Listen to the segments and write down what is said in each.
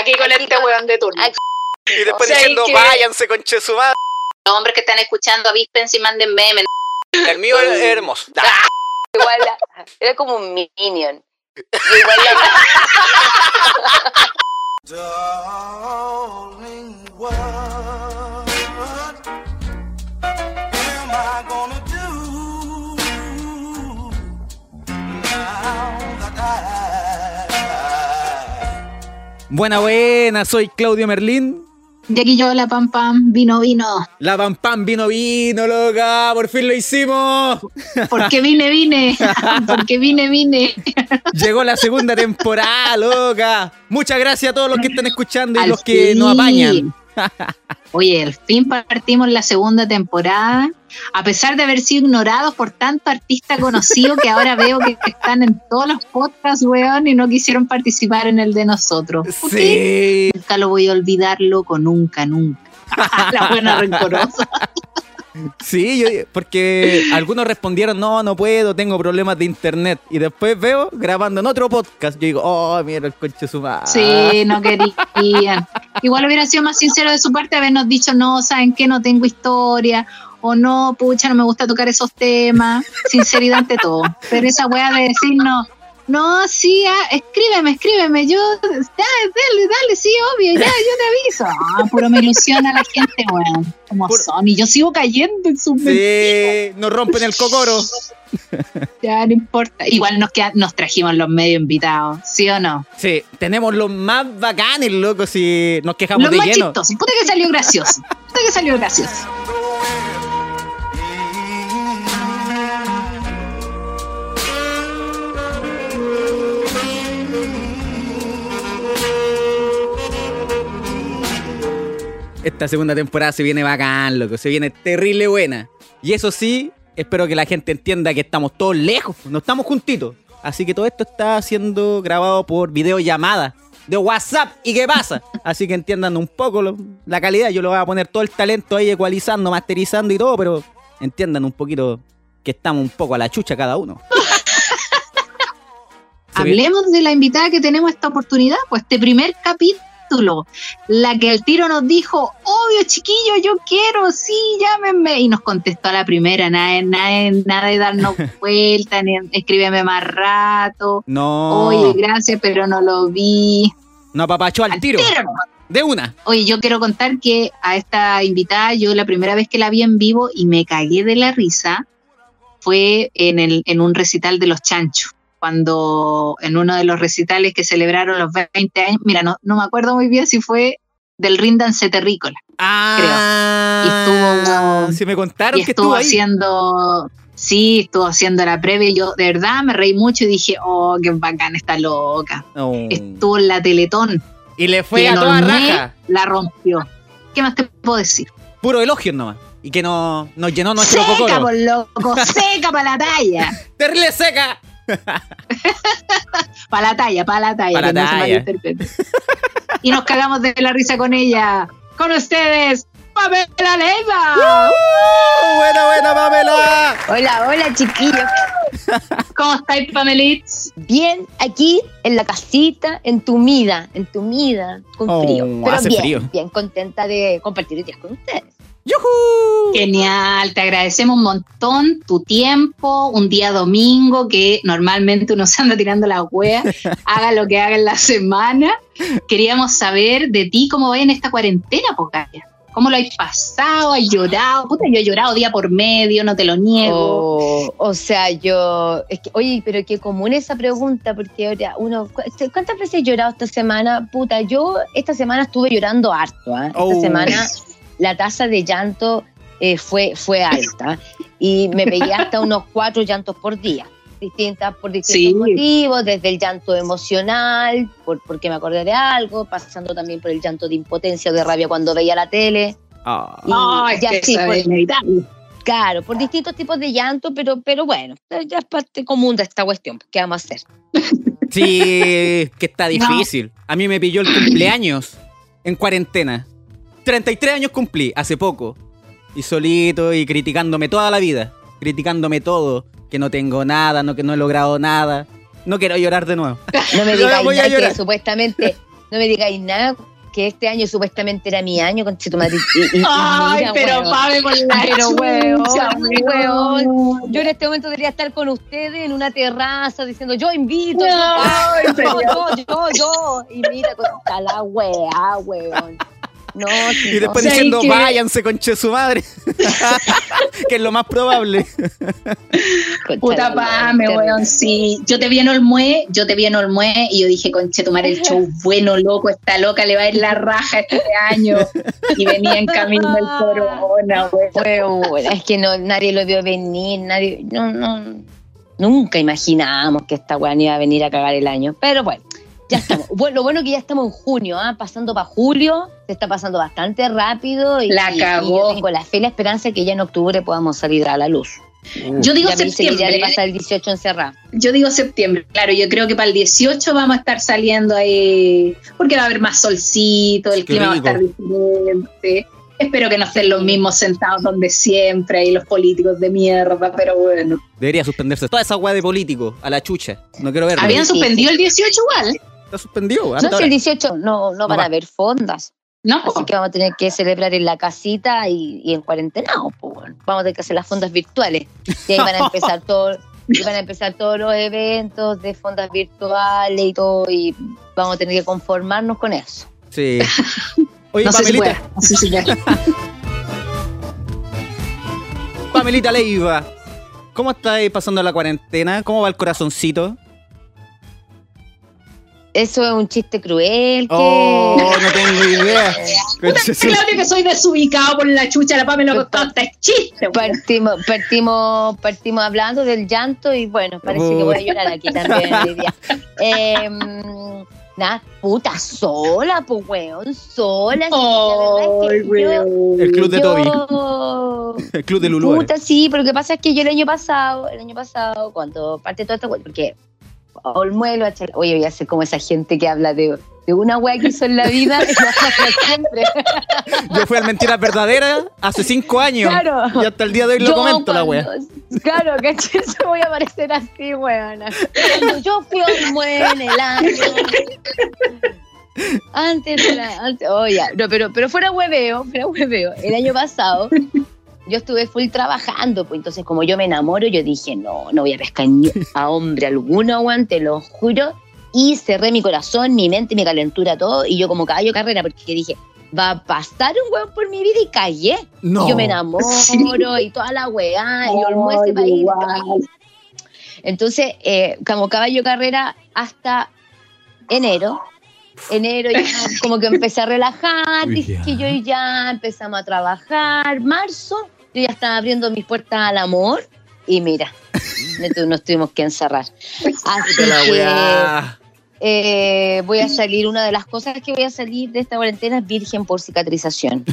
Aquí con este weón de turno. Aquí- Y después sea, diciendo, que- váyanse con su madre. Los hombres que están escuchando, avíspense y manden memes. El mío es es hermoso. Ah, Igual la- era como un minion. Yo igual la- Darling, what am I gonna do now that I Buena, buena, soy Claudio Merlín. Jackie yo, la pam pam, vino, vino. La pam pam vino vino, loca, por fin lo hicimos. Porque vine, vine. Porque vine, vine. Llegó la segunda temporada, loca. Muchas gracias a todos los que están escuchando y Al los que nos fin. apañan. Oye, al fin partimos la segunda temporada. A pesar de haber sido ignorados por tanto artista conocido que ahora veo que están en todos los podcasts, weón, y no quisieron participar en el de nosotros. Puti, Sí. Nunca lo voy a olvidar, loco, nunca, nunca. la buena rencorosa. Sí, yo- porque algunos respondieron, no, no puedo, tengo problemas de internet. Y después veo grabando en otro podcast, yo digo, oh, mira el coche su madre. Sí, no querían. Igual hubiera sido más sincero de su parte habernos dicho, no, ¿saben qué? No tengo historia. O no, pucha, no me gusta tocar esos temas. Sinceridad ante todo. Pero esa wea de decir no. No, sí, ah, escríbeme, escríbeme. Yo, ya, dale, dale, sí, obvio, ya, yo te aviso. Ah, puro me ilusiona la gente, weón. Como Puro- son. Y yo sigo cayendo en sus Sí, mentiras. nos rompen el cocoro. Ya, no importa. Igual nos, queda- nos trajimos los medios invitados, ¿sí o no? Sí, tenemos los más bacanes, loco, si nos quejamos Lo de más lleno. chistoso. Puta que salió gracioso. Puta que salió gracioso. Esta segunda temporada se viene bacán, loco, se viene terrible buena. Y eso sí, espero que la gente entienda que estamos todos lejos, no estamos juntitos. Así que todo esto está siendo grabado por videollamada de WhatsApp. ¿Y qué pasa? Así que entiendan un poco lo- la calidad. Yo le voy a poner todo el talento ahí ecualizando, masterizando y todo, pero entiendan un poquito que estamos un poco a la chucha cada uno. Se viene- Hablemos de la invitada que tenemos esta oportunidad, pues este primer capítulo, la que el tiro nos dijo, obvio chiquillo, yo quiero, sí, llámenme, y nos contestó a la primera, nada, de- nada, de- nada de darnos vuelta, ni escríbeme más rato, No, oye, gracias, pero no lo vi. no apapachó al tiro. nomás. De una. Oye, yo quiero contar que a esta invitada, yo la primera vez que la vi en vivo y me cagué de la risa, fue en, el, en un recital de los chanchos, cuando en uno de los recitales que celebraron los 20 años, mira, no, no me acuerdo muy bien si fue del Ríndance Terrícola, Ah, Y estuvo- si me contaron y que estuvo estuvo ahí. haciendo, sí, estuvo haciendo la previa, y yo de verdad me reí mucho y dije, oh, qué bacán está loca, No. estuvo en la Teletón, Y le fue que a toda enorme. raja. la rompió. ¿Qué más te puedo decir? Puro elogios nomás. Y que no, nos llenó nuestro seca, cocoro. por loco, seca para la talla. ¡Terrible seca! Para la talla, para la talla. Pa' la que no se talla. malinterprete. y nos cagamos de la risa con ella. Con ustedes, Pamela Leiva. ¡Uh! ¡Buena, buena, Pamela! Hola, hola chiquillos. ¿Cómo estáis, Pamelitz? Bien, aquí en la casita, entumida, entumida, con Oh, frío. Pero hace bien, frío. bien contenta de compartir el día con ustedes. ¡Yujú! Genial, te agradecemos un montón tu tiempo, un día domingo que normalmente uno se anda tirando la wea, haga lo que haga en la semana. Queríamos saber de ti cómo va en esta cuarentena, Pocaya. ¿Cómo lo has pasado? ¿Has llorado? Puta, yo he llorado día por medio, no te lo niego. O, o sea, yo. Es que, oye, pero qué común esa pregunta, porque ahora uno. cu- ¿Cuántas veces he llorado esta semana? Puta, yo esta semana estuve llorando harto. ¿ah? Oh. Esta semana la tasa de llanto eh, fue, fue alta y me veía hasta unos cuatro llantos por día. Distintas por distintos Sí. motivos, desde el llanto emocional, por, porque me acordé de algo, pasando también por el llanto de impotencia o de rabia cuando veía la tele. Ah. Y No, es ya que sí, eso por- es inevitable. Claro, por distintos tipos de llanto, pero, pero bueno, ya es parte común de esta cuestión. ¿Qué vamos a hacer? Sí, que está difícil. A mí me pilló el cumpleaños en cuarentena. 33 años cumplí, hace poco. Y solito y criticándome toda la vida. Criticándome todo. Que no tengo nada, no que no he logrado nada. No quiero llorar de nuevo. No me Yo digáis voy a nada que llorar. supuestamente No me digáis nada, que este año supuestamente era mi año con Chetumati. Y, y- y Ay, mira, pero weón. Pablo con la Pero, weón, chucha, weón. Yo en este momento debería estar con ustedes en una terraza diciendo yo invito. Ay, yo, señor. yo, yo, yo. Y mira, con está la weá, weón. No, si Y no. después O sea, diciendo, y que- váyanse, conche su madre. que es lo más probable. Concha Puta la pame, weá, weón, sí. Yo te vi en Olmué, yo te vi en Olmué y yo dije, conche, tomar el show bueno, loco, esta loca le va a ir la raja este año. Y venía en camino el corona, weón. Weón, es que no, nadie lo vio venir, nadie, no, no, nunca imaginábamos que esta weá iba a venir a cagar el año, pero bueno, ya estamos. Bueno, lo bueno es que ya estamos en junio, ah, pasando para julio, se está pasando bastante rápido y, La y- y cagó. yo tengo la fe y la esperanza de que ya en octubre podamos salir a la luz. Yo digo Ya me dice que ya septiembre, ¿eh? le pasa el 18 encerrado. yo digo septiembre, claro, yo creo que para el 18 vamos a estar saliendo ahí, porque va a haber más solcito, el Qué clima va a estar rico. diferente. Espero que no estén los mismos sentados donde siempre, ahí los políticos de mierda, pero bueno. Debería suspenderse toda esa weá de político a la chucha. No quiero verlo. Habían sí, suspendido el 18 igual, Está suspendido. hasta No, si el ahora. 18 no, no van va. a haber fondas, ¿no? así que vamos a tener que celebrar en la casita y, y en cuarentena. pues, Vamos a tener que hacer las fondas virtuales. Y ahí van a empezar todo, y van a empezar todos los eventos de fondas virtuales y todo, y vamos a tener que conformarnos con eso. Sí. Oye, No sé si Pamelita, puede, no sé si puede. Pamelita Leiva. ¿Cómo estáis pasando la cuarentena? ¿Cómo va el corazoncito? Eso es un chiste cruel que... Oh, no tengo idea. Conche su- Claudio que soy desubicado por la chucha, la Pame lo contaste es chiste. weón. Partimos, partimos, partimos hablando del llanto y bueno, parece que voy a llorar aquí también. Lidia. Eh, mm, nada, puta, sola, pues weón, sola. sí, la verdad Ay, es que yo- weón. El club de Toby. yo- El club de Lulú. Puta, sí, pero lo que pasa es que yo el año pasado, el año pasado, cuando parte toda esta wea, porque Olmuelo, oye, voy a ser como esa gente que habla de, de una wea que hizo en la vida, y la hace siempre. Yo fui al Mentiras Verdaderas hace cinco años. Claro. Y hasta el día de hoy lo Yo comento, la wea. cuando- Claro, ¿cachai? Yo voy a aparecer así, weona. Cuando yo fui a en el año. Antes de la. Antes, oh, ya. No, pero, pero fuera hueveo, fuera hueveo. El año pasado. Yo estuve full trabajando, pues entonces como yo me enamoro, yo dije, no, no voy a pescar ni a hombre alguno, weón, te lo juro. Y cerré mi corazón, mi mente, mi calentura, todo, y yo como caballo de carrera, porque dije, va a pasar un weón por mi vida y callé. No. Y yo me enamoro Sí. y toda la weá, y Olmué Ay, se va a ir. guau. Entonces, eh, como caballo carrera hasta enero. Enero ya como que empecé a relajar, Uy, dije ya. que yo ya empezamos a trabajar. Marzo, yo ya estaba abriendo mis puertas al amor y mira, me tu- nos tuvimos que encerrar. Así Puta la que, wea. eh, voy a salir, una de las cosas que voy a salir de esta cuarentena es virgen por cicatrización.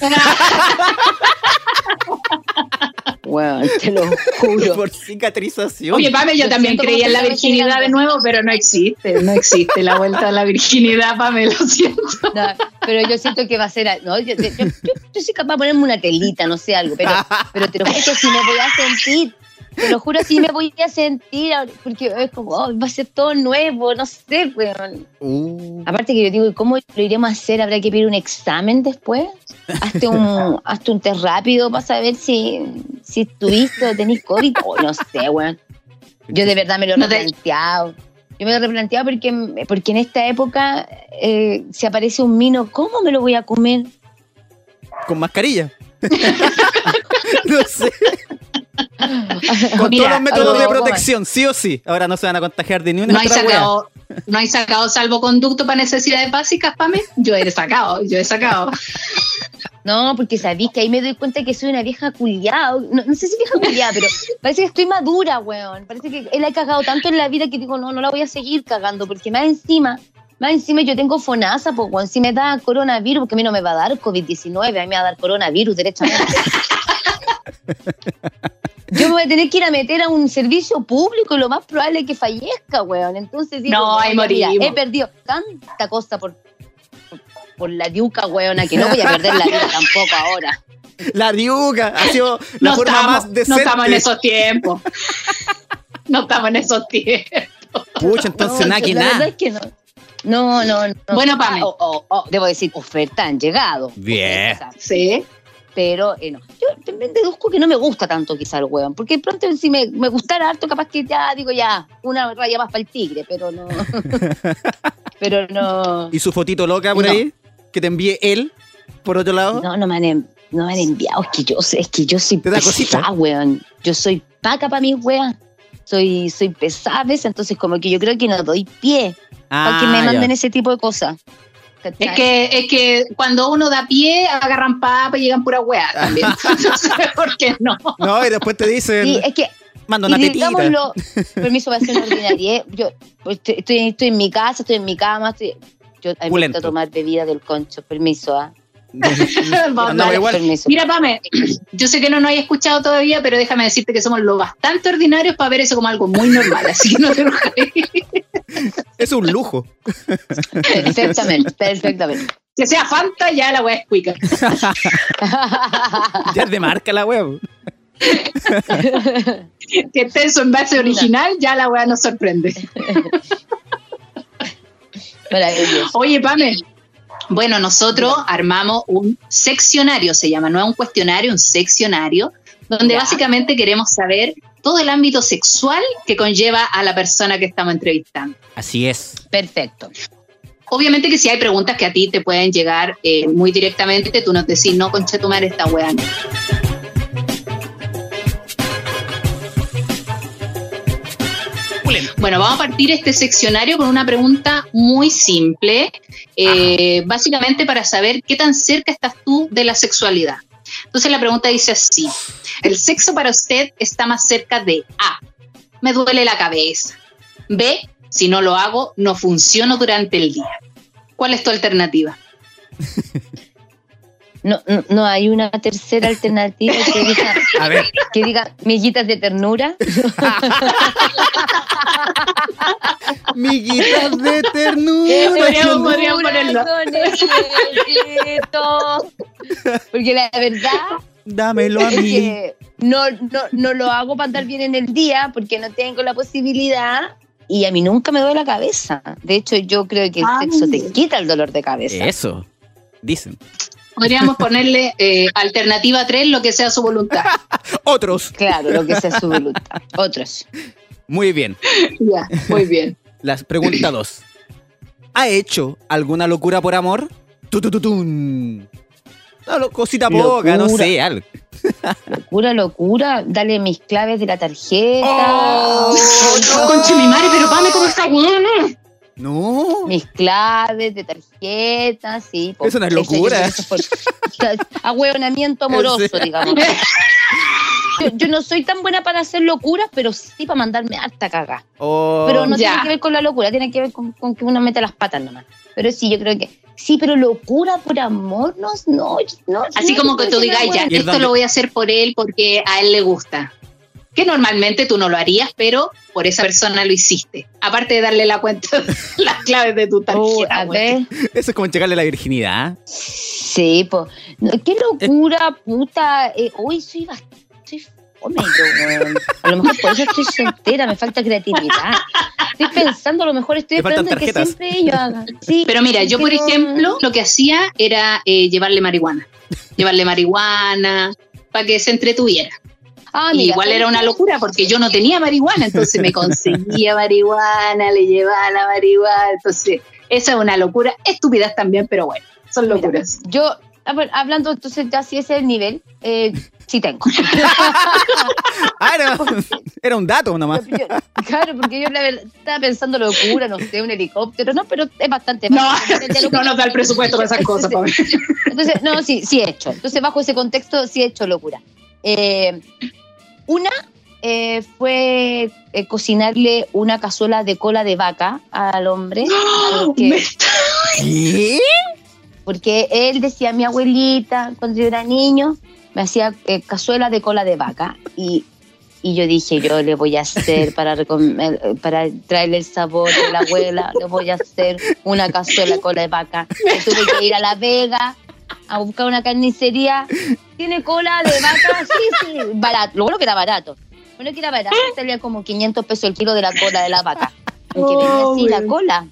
Bueno, te lo juro. Por cicatrización. Oye, Pame, yo Lo también siento creía como en la que estaba virginidad llegando. de nuevo, pero no existe, no existe la vuelta a la virginidad, Pame, lo siento. No, pero yo siento que va a ser. a- No, yo, yo- yo- yo soy capaz de ponerme una telita, no sé algo, pero, pero te lo juro que sí me voy a sentir. Te lo juro, sí me voy a sentir, ahora, porque es como, oh, va a ser todo nuevo, no sé, weón. Uh, Aparte que yo digo, ¿y ¿cómo lo iremos a hacer? ¿Habrá que pedir un examen después? Hazte un, hazte un test rápido para saber si, si estuviste o tenés COVID. Oh, no sé, weón. Yo de verdad me lo he No te- replanteado. Yo me lo he replanteado porque, porque en esta época, eh, si aparece un mino, ¿cómo me lo voy a comer? con mascarilla. no sé. Con Mira, todos los métodos oye, de oye. protección, sí o sí. Ahora no se van a contagiar de ni una No hay otra wea. sacado, no hay sacado salvoconducto para necesidades básicas, Pame. Yo he sacado, yo he sacado. No, porque sabís que ahí me doy cuenta que soy una vieja culiada. No, no sé si vieja culiada, pero parece que estoy madura, weón. Parece que él ha cagado tanto en la vida que digo, no, no la voy a seguir cagando, porque más encima, más encima yo tengo fonasa, pues, weón. Si me da coronavirus, que a mí no me va a dar COVID-19, a mí me va a dar coronavirus derechamente. Yo me voy a tener que ir a meter a un servicio público y lo más probable es que fallezca, weón. Entonces, digo, No, ahí ya, mira, morimos. He perdido tanta cosa por por la diuca, weona, que no voy a perder la vida tampoco ahora. La diuca ha sido la No forma estamos, más no decente. estamos en esos tiempos. No estamos en esos tiempos. Pucha, entonces No, nada que la verdad nada. es que no. No, no, no. Bueno, Ah, Pame. o- o- o, debo decir, ofertas han llegado. Bien. Ofertas han- Sí. Pero eh, no. yo también deduzco que no me gusta tanto quizá el hueón, porque de pronto si me, me gustara harto, capaz que ya digo ya, una raya más para el tigre, pero no. pero no. ¿Y su fotito loca por No. ahí? Que te envíe él, por otro lado. No, no me han, en- no me han enviado. Es que yo, es que yo soy Te da cosita. pesada, weón. Yo soy paca para mis weas. Soy, soy pesada a veces, entonces como que yo creo que no doy pie Ah, para que me ya. manden ese tipo de cosas. Es que, es que cuando uno da pie, agarran papa y llegan pura weá también. no sé por qué no. No, y después te dicen, Sí, es que manda una y tetita. digámoslo, permiso para ser ordinaria. Yo pues, estoy, estoy- estoy en mi casa, estoy en mi cama, estoy, yo a mí me Pulento. gusta tomar bebida del concho, permiso, ¿ah? Vamos, Andaba dale. igual. Permiso. Mira, Pame, yo sé que no nos hayas escuchado todavía, pero déjame decirte que somos lo bastante ordinarios para ver eso como algo muy normal, así que no te enojes. Es un lujo. Perfectamente, perfectamente. Que sea Fanta, ya la weá es cuica. Ya es de marca la web. Que esté en su envase original, ya la weá nos sorprende. Maravilloso. Oye, Pame. Bueno, nosotros armamos un seccionario, se llama, no es un cuestionario, un seccionario, donde Ya. básicamente queremos saber todo el ámbito sexual que conlleva a la persona que estamos entrevistando. Así es. Perfecto. Obviamente que si hay preguntas que a ti te pueden llegar eh, muy directamente, tú nos decís, no, concha tu madre, esta weá no". Bueno, vamos a partir este seccionario con una pregunta muy simple, eh, básicamente para saber qué tan cerca estás tú de la sexualidad. Entonces la pregunta dice así, el sexo para usted está más cerca de A, me duele la cabeza, B, si no lo hago, no funciono durante el día. ¿Cuál es tu alternativa? No, no, no hay una tercera alternativa que diga, A ver, que diga miguitas de ternura. miguitas de Podríamos- ternura. podríamos ponerlo. Con el besito. Porque la verdad Dámelo a es mí. que no, no, no lo hago para andar bien en el día porque no tengo la posibilidad y a mí nunca me duele la cabeza. De hecho, yo creo que el Ay. sexo te quita el dolor de cabeza. Eso. Dicen. Podríamos ponerle eh, alternativa 3, lo que sea su voluntad. Otros. Claro, lo que sea su voluntad. Otros. Muy bien. Ya, muy bien. La pregunta 2. ¿Ha hecho alguna locura por amor? Tu, tu, tu, tun. Una lo- cosita poca, no Locura. sé, algo. Locura, locura. Dale mis claves de la tarjeta. ¡Oh! Concha Conche mi madre, pero pame como esta weona. No. Mis claves de tarjeta, sí. po. Eso no es Ese- locura. eso fue- o sea, Ahueonamiento Ese- amoroso, digamos. Yo, yo no soy tan buena para hacer locuras, pero sí para mandarme harta cagada. Oh, Pero no Ya. tiene que ver con la locura, tiene que ver con, con que uno meta las patas nomás. Pero sí, yo creo que. Sí, pero locura por amor, no, no, no. Así no, como que no, tú no, digas, no, ya, no. ¿Y es esto donde- lo voy a hacer por él porque a él le gusta. Que normalmente tú no lo harías, pero por esa persona lo hiciste. Aparte de darle la cuenta, las claves de tu tarjeta. Oh, a weón. ver. Eso es como checarle la virginidad. Sí, pues. Qué locura, puta. Eh, hoy soy bastante. A lo mejor por eso estoy soltera, me falta creatividad. Estoy pensando, a lo mejor estoy Te faltan esperando que tarjetas. siempre ellos hagan. Sí, Pero mira, yo por pero- ejemplo lo que hacía era eh, llevarle marihuana. Llevarle marihuana para que se entretuviera. Ah, Y mira, igual ¿sabes era una qué? locura porque yo no tenía marihuana, entonces me conseguía marihuana, le llevaba la marihuana. Entonces, esa es una locura. Estupidez también, pero bueno, son locuras. Yo, a ver, hablando entonces ya si ese es el nivel, eh, sí tengo. Ah, era, era un dato nomás. Yo- claro, porque yo la verdad estaba pensando locura, no sé, un helicóptero, no, pero es bastante. No, bastante no nos da el presupuesto para esas cosas, Pablo. Entonces, no, sí, sí he hecho. Entonces, bajo ese contexto, sí he hecho locura. Eh, una eh, fue eh, cocinarle una cazuela de cola de vaca al hombre. ¡Ah! porque- ¿Qué? porque él decía, mi abuelita, cuando yo era niño, me hacía eh, cazuela de cola de vaca. Y, y yo dije, yo le voy a hacer para, recom- eh, para traerle el sabor de la abuela, le voy a hacer una cazuela de cola de vaca. Y tuve que ir a La Vega a buscar una carnicería. ¿Tiene cola de vaca? Sí, sí, barato. Lo bueno que era barato. Lo Bueno, que era barato, salía como 500 pesos el kilo de la cola de la vaca. Aunque venía así la cola. un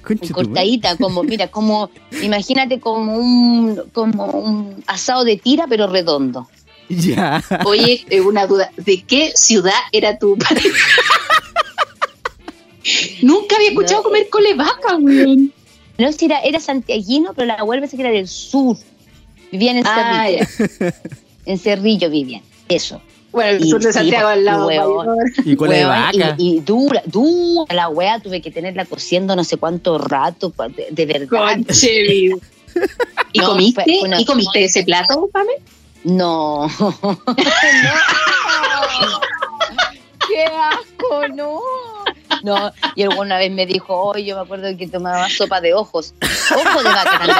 Conche tu madre. cortadita, como, mira, como, imagínate como un, como un asado de tira, pero redondo. Ya. Oye, eh, una duda, ¿de qué ciudad era tu pareja? Nunca había escuchado No. comer cole vaca, weón. No sé si era, era santiaguino, pero la abuela pensé que era del sur. Vivían en Ah, Cerrillo. En Cerrillo vivían. Eso. Bueno, el Y- sur de y- Santiago al lado. huevón. mayor. Y con de Huevón, vaca. Y, y dura, dura la wea, tuve que tenerla cociendo no sé cuánto rato, pa- de, de verdad. Conche, vida. ¿Y No, comiste? fue una- ¿Y comiste ese plato, Pame? No. no. Qué asco, no. No, y él una vez me dijo, oye, yo me acuerdo que tomaba sopa de ojos. Ojo de vaca también.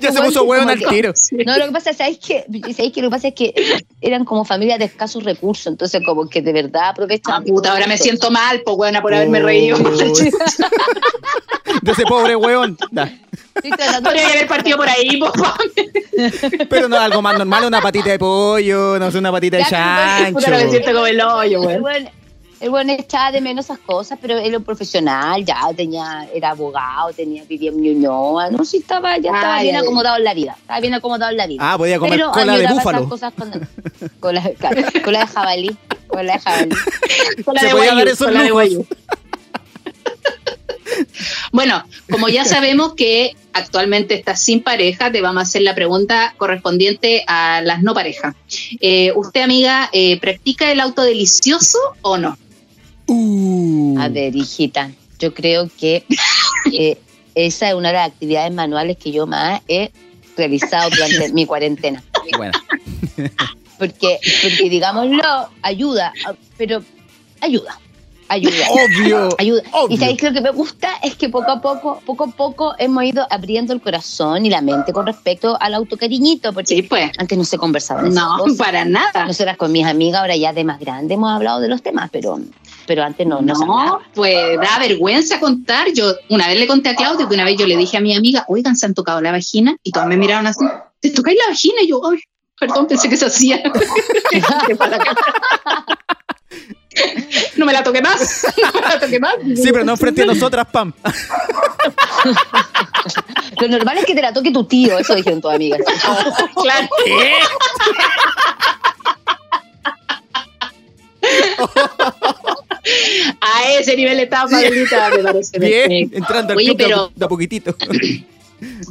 ya se Igual puso que hueón como al que- tiro. No, lo que pasa, ¿sabes que ¿Sabes qué? Lo que pasa es que eran como familias de escasos recursos, entonces como que de verdad Ah, aprovechaban. puta, ahora me siento mal, pues, weona, por haberme reído. Uy. Oh. De ese pobre hueón. Da. Estoy tratando de- Podría haber partido por ahí, pues, Pame. Pero no algo más normal, una patita de pollo, no sé, una patita de Ya, pero- Puta, ahora me chancho. siento como el hoyo, El weón. buen, el buen echaba de menos esas cosas, pero él era un profesional, ya tenía, era abogado, tenía, vivía en Ñuñoa, no sí estaba, ya estaba Ay, bien ay. acomodado en la vida, estaba bien acomodado en la vida. Ah, podía comer pero cola de ayudaba a esas búfalo. Cosas con, cola, claro, cola de jabalí, cola de jabalí. Cola Se de podía guayú, dar esos cola de lujos. guayú. Bueno, como ya sabemos que actualmente estás sin pareja, te vamos a hacer la pregunta correspondiente a las no parejas. Eh, ¿Usted, amiga, eh, practica el auto delicioso o no? Uh. A ver, hijita, yo creo que eh, esa es una de las actividades manuales que yo más he realizado durante mi cuarentena. Bueno, Porque, porque digámoslo, ayuda, pero ayuda, ayuda. obvio. ayuda. Obvio. Y sabéis que lo que me gusta es que poco a poco, poco a poco hemos ido abriendo el corazón y la mente con respecto al autocariñito, porque Sí, pues. antes no se conversaba. de esas No, cosas. para nada. Nosotras con mis amigas, ahora ya de más grande, hemos hablado de los temas, pero, pero antes no, no, se No, hablaba. pues da vergüenza contar. Yo una vez le conté a Claudio que una vez yo le dije a mi amiga, oigan, se han tocado la vagina. Y todas me miraron así, ¿te tocáis la vagina? Y yo, ay, perdón, pensé que se hacía. no me la toqué más, no me la toqué más. Sí, pero no frente a nosotras, Pam. Lo normal es que te la toque tu tío, eso dijeron tus amigas. Claro, a ese nivel estaba Pablita, me parece. Bien, perfecto. entrando al Oye, club de a pero- po- de a poquitito.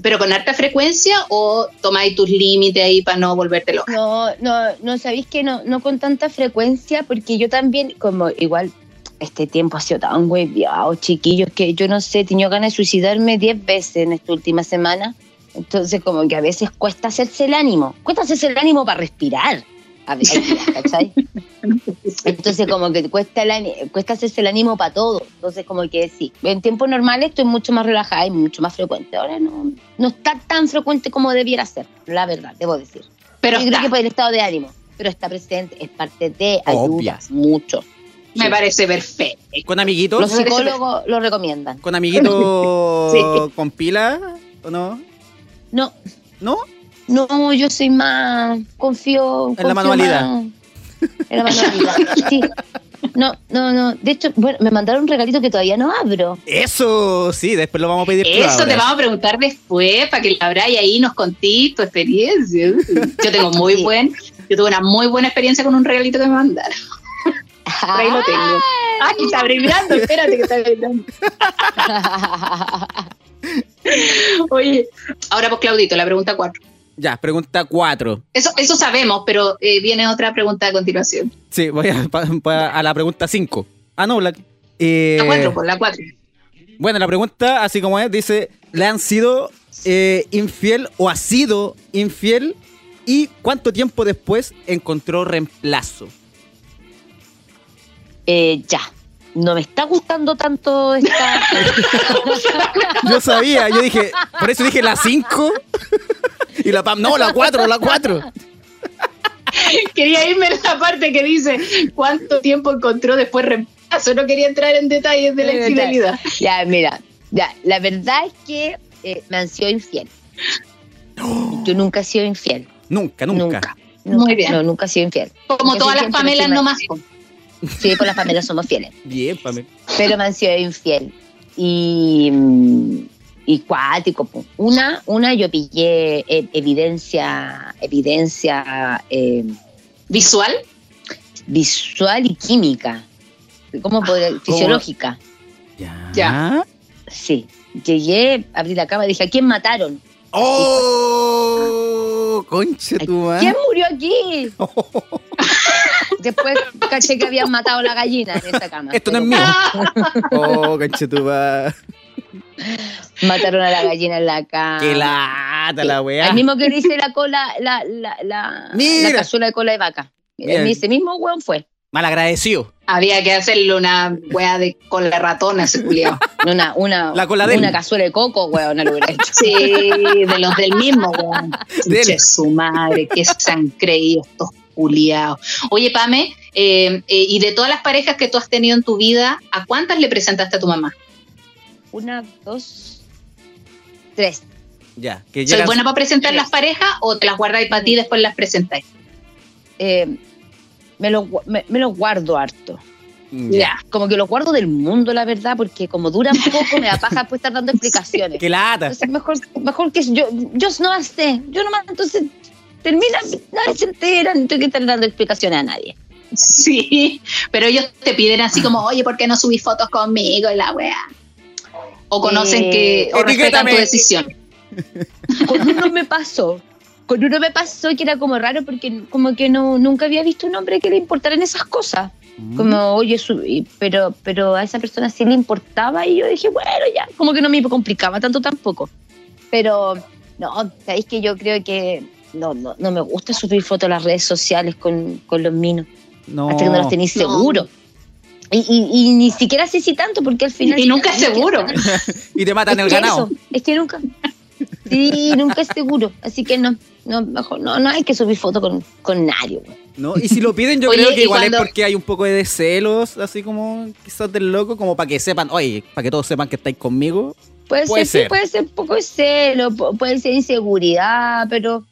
Pero con harta frecuencia o tomáis tus límites ahí para no volverte loca. No, no, no, sabéis que no, no con tanta frecuencia, porque yo también, como igual este tiempo ha sido tan hueviado, chiquillos, que yo no sé, he tenido ganas de suicidarme 10 veces en esta última semana. Entonces, como que a veces cuesta hacerse el ánimo, cuesta hacerse el ánimo para respirar. A veces, ¿cachai? Entonces, como que cuesta, el ani- cuesta hacerse el ánimo para todo. Entonces, como que sí, en tiempos normales estoy mucho más relajada y mucho más frecuente. Ahora no, no está tan frecuente como debiera ser, la verdad, debo decir. Pero Yo creo está. que por el estado de ánimo, pero está presente, es parte de, Obvio. ayuda mucho. me parece perfecto. ¿Con amiguitos? Los psicólogos lo recomiendan. ¿Con amiguitos Sí. con pila o no? No, ¿No? no, yo soy más, confío En la confío manualidad. más En la manualidad, sí. No, no, no. De hecho, bueno, me mandaron un regalito que todavía no abro. Eso, sí, después lo vamos a pedir. por Eso te ahora. vamos a preguntar después, para que la habrá y ahí nos contís tu experiencia. Yo tengo muy Sí. buen, yo tuve una muy buena experiencia con un regalito que me mandaron. Por ahí lo tengo. Ah, que está brillando, espérate que está brillando. Oye, ahora pues Claudito, la pregunta cuatro. Ya, pregunta 4. Eso, eso sabemos, pero eh, viene otra pregunta a continuación. Sí, voy a, pa- pa- a la pregunta 5. Ah, no, la. eh, La cuatro, por la cuatro. bueno, la pregunta, así como es, dice: ¿le han sido eh, infiel o ha sido infiel? ¿Y cuánto tiempo después encontró reemplazo? Eh, ya. No me está gustando tanto esta. Yo sabía, yo dije, por eso dije la 5. Y la Pam, no, la 4, la 4. Quería irme a la parte que dice cuánto tiempo encontró después reemplazo. No quería entrar en detalles de la En infidelidad. Eh, Ya, mira, ya, la verdad es que eh, me han sido infiel. Yo nunca he sido infiel. Nunca, nunca. Nunca. Muy Nunca, bien. No, nunca he sido infiel. Como Yo todas soy las siempre Pamelas encima- nomás. Sí, con las Pamelas somos fieles. Bien, Pamela. Pero me han sido infiel. y, mm, y cuático. po. Una, una yo pillé eh, evidencia, evidencia eh, ¿Visual? visual y química. Ah, ¿Cómo podría- Fisiológica. Ya. Ya. Sí. Llegué, abrí la cama y dije, ¿a quién mataron? ¡Oh! Conche tu madre. ¿Quién murió aquí? Después caché que habían matado a la gallina en esta cama. Esto no es Pero mío. Oh, conche tu madre. Mataron a la gallina en la cama. Qué lata la weá. El mismo que dice la cola, la, la, la, Ah. Mira. la cazuela de cola de vaca. Eh, Mira. Ese mismo weón fue. Malagradecido. Había que hacerle una wea de con la ratona ese culiao. Una, una, La cola de él. una cazuela de coco, weón, no lo hubiera hecho. Sí, de los del mismo, weón. Del. Che su madre, que se han creído estos culiados. Oye, Pame, eh, eh, y de todas las parejas que tú has tenido en tu vida, ¿a cuántas le presentaste a tu mamá? Una, dos, tres. Ya. Que ¿Soy llegas- buena para presentar las parejas o te las guardáis para ti y después las presentáis? Eh, me los gu- me- me los guardo harto. Mm, Ya. Como que los guardo del mundo, la verdad, porque como duran poco, me da paja después estar dando explicaciones. Qué lata. Entonces, mejor, mejor que yo, yo no la sé. Yo nomás, entonces, termina, nadie se entera, no tengo que estar dando explicaciones a nadie. Sí, pero ellos te piden así como, oye, ¿por qué no subís fotos conmigo? Y la wea. O conocen Eh, que, o respetan etiquétame. tu decisión. Con uno me pasó. Con uno me pasó que era como raro porque como que no nunca había visto un hombre que le importaran esas cosas. Mm. Como, oye, su- y- pero, pero a esa persona sí le importaba y yo dije, bueno, ya, como que no me complicaba tanto tampoco. Pero, no, sabéis que yo creo que no, no, no me gusta subir fotos a las redes sociales con, con los minos. No. hasta que no los tenéis No. seguro. Y, y- y ni siquiera sé si tanto, porque al final. Y nunca es Ni siquiera- seguro. Y te matan Es el que ganado. eso, es que nunca. Sí, nunca es seguro. Así que no, no, mejor, no, no hay que subir fotos con, con nadie. güey. No, y si lo piden, yo Oye, creo que y igual es cuando- porque hay un poco de celos, así como quizás del loco, como para que sepan, oye, para que todos sepan que estáis conmigo. Puede, Puede ser, sí, ser. puede ser un poco de celo, pu- puede ser inseguridad, pero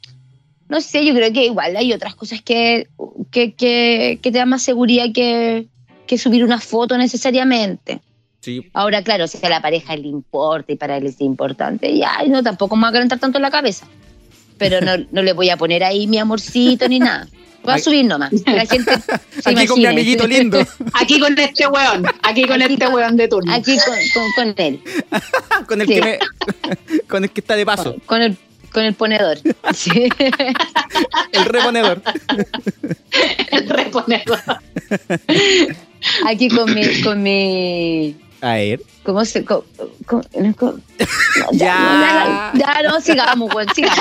no sé, yo creo que igual hay otras cosas que, que, que, que te dan más seguridad que, que subir una foto necesariamente. Sí. Ahora, claro, si a la pareja le importa y para él es importante, ya no, tampoco me va a calentar tanto la cabeza. Pero no, no le voy a poner ahí mi amorcito ni nada. Voy a Aquí- subir nomás. que La gente se Aquí con mi imagine. amiguito lindo. Aquí con este weón, aquí con este weón de turno. Aquí con, con- con él, con el Sí. que me- con el que está de paso, con, con el, con el ponedor. Sí. el reponedor. El reponedor. Aquí con mi, con mi A ver. ¿Cómo se.? co- co- no, co- no, Ya. ya, no, ya, ya, no, sigamos, weón, sigamos.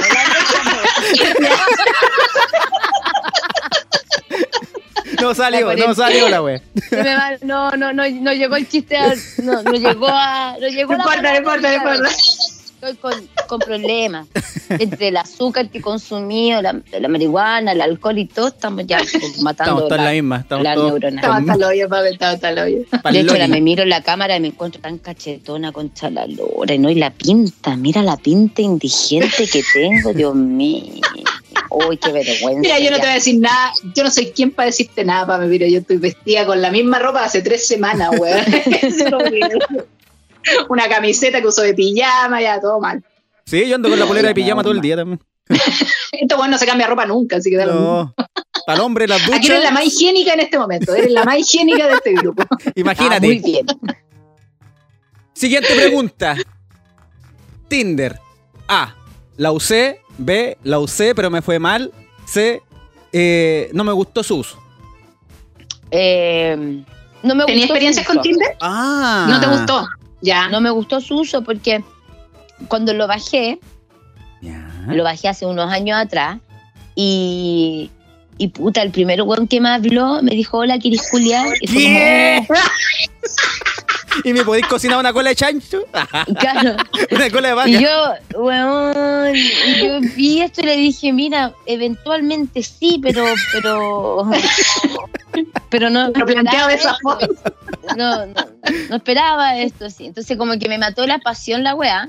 No salió, La no salió la wea. Se me va- no, no, no, no llegó el chiste, a- no, no llegó a. No llegó No la importa, no palabra, importa, no importa. Estoy con, con problemas. Entre el azúcar que he consumido, la, la marihuana, el alcohol y todo, estamos ya Estamos matando todos en la la, misma, estamos la todos neurona. Estaba hasta el hoyo, papi, estaba hasta el hoyo. pa'l De hecho, Loki. ahora me miro en la cámara y me encuentro tan cachetona concha la lora, ¿no? Y la pinta, mira la pinta indigente que tengo, Dios mío. Uy, qué vergüenza. Mira, yo no ya. te voy a decir nada, yo no soy quien para decirte nada, Pame, mira, yo estoy vestida con la misma ropa hace tres semanas, weón. Una camiseta que uso de pijama, ya todo mal. Sí, yo ando con la polera de No, pijama no, todo el no. día también. Este weón no se cambia ropa nunca, así que da lo mismo. No. Para el hombre las Aquí eres la duchas. más higiénica en este momento, eres la más higiénica de este grupo. Ah, muy Imagínate. bien. Siguiente pregunta. Tinder. A. La usé. B. La usé, pero me fue mal. C. eh, no me gustó su uso. Eh, no me ¿Tenías gustó experiencias su con uso. Tinder? Ah. No te gustó. Ya. No me gustó su uso porque cuando lo bajé, Ya. lo bajé hace unos años atrás y, y puta, el primer weón que me habló me dijo, hola, ¿quieres culiar? Y fue como, ¿Qué? ¿Y me podéis cocinar una cola de chancho? "Oh, claro. una cola de vaca. Y yo, weón, yo vi esto y le dije, mira, eventualmente sí, pero, pero, pero no, Lo planteaba de esa forma. no, no, no esperaba esto, sí. Entonces como que me mató la pasión la weá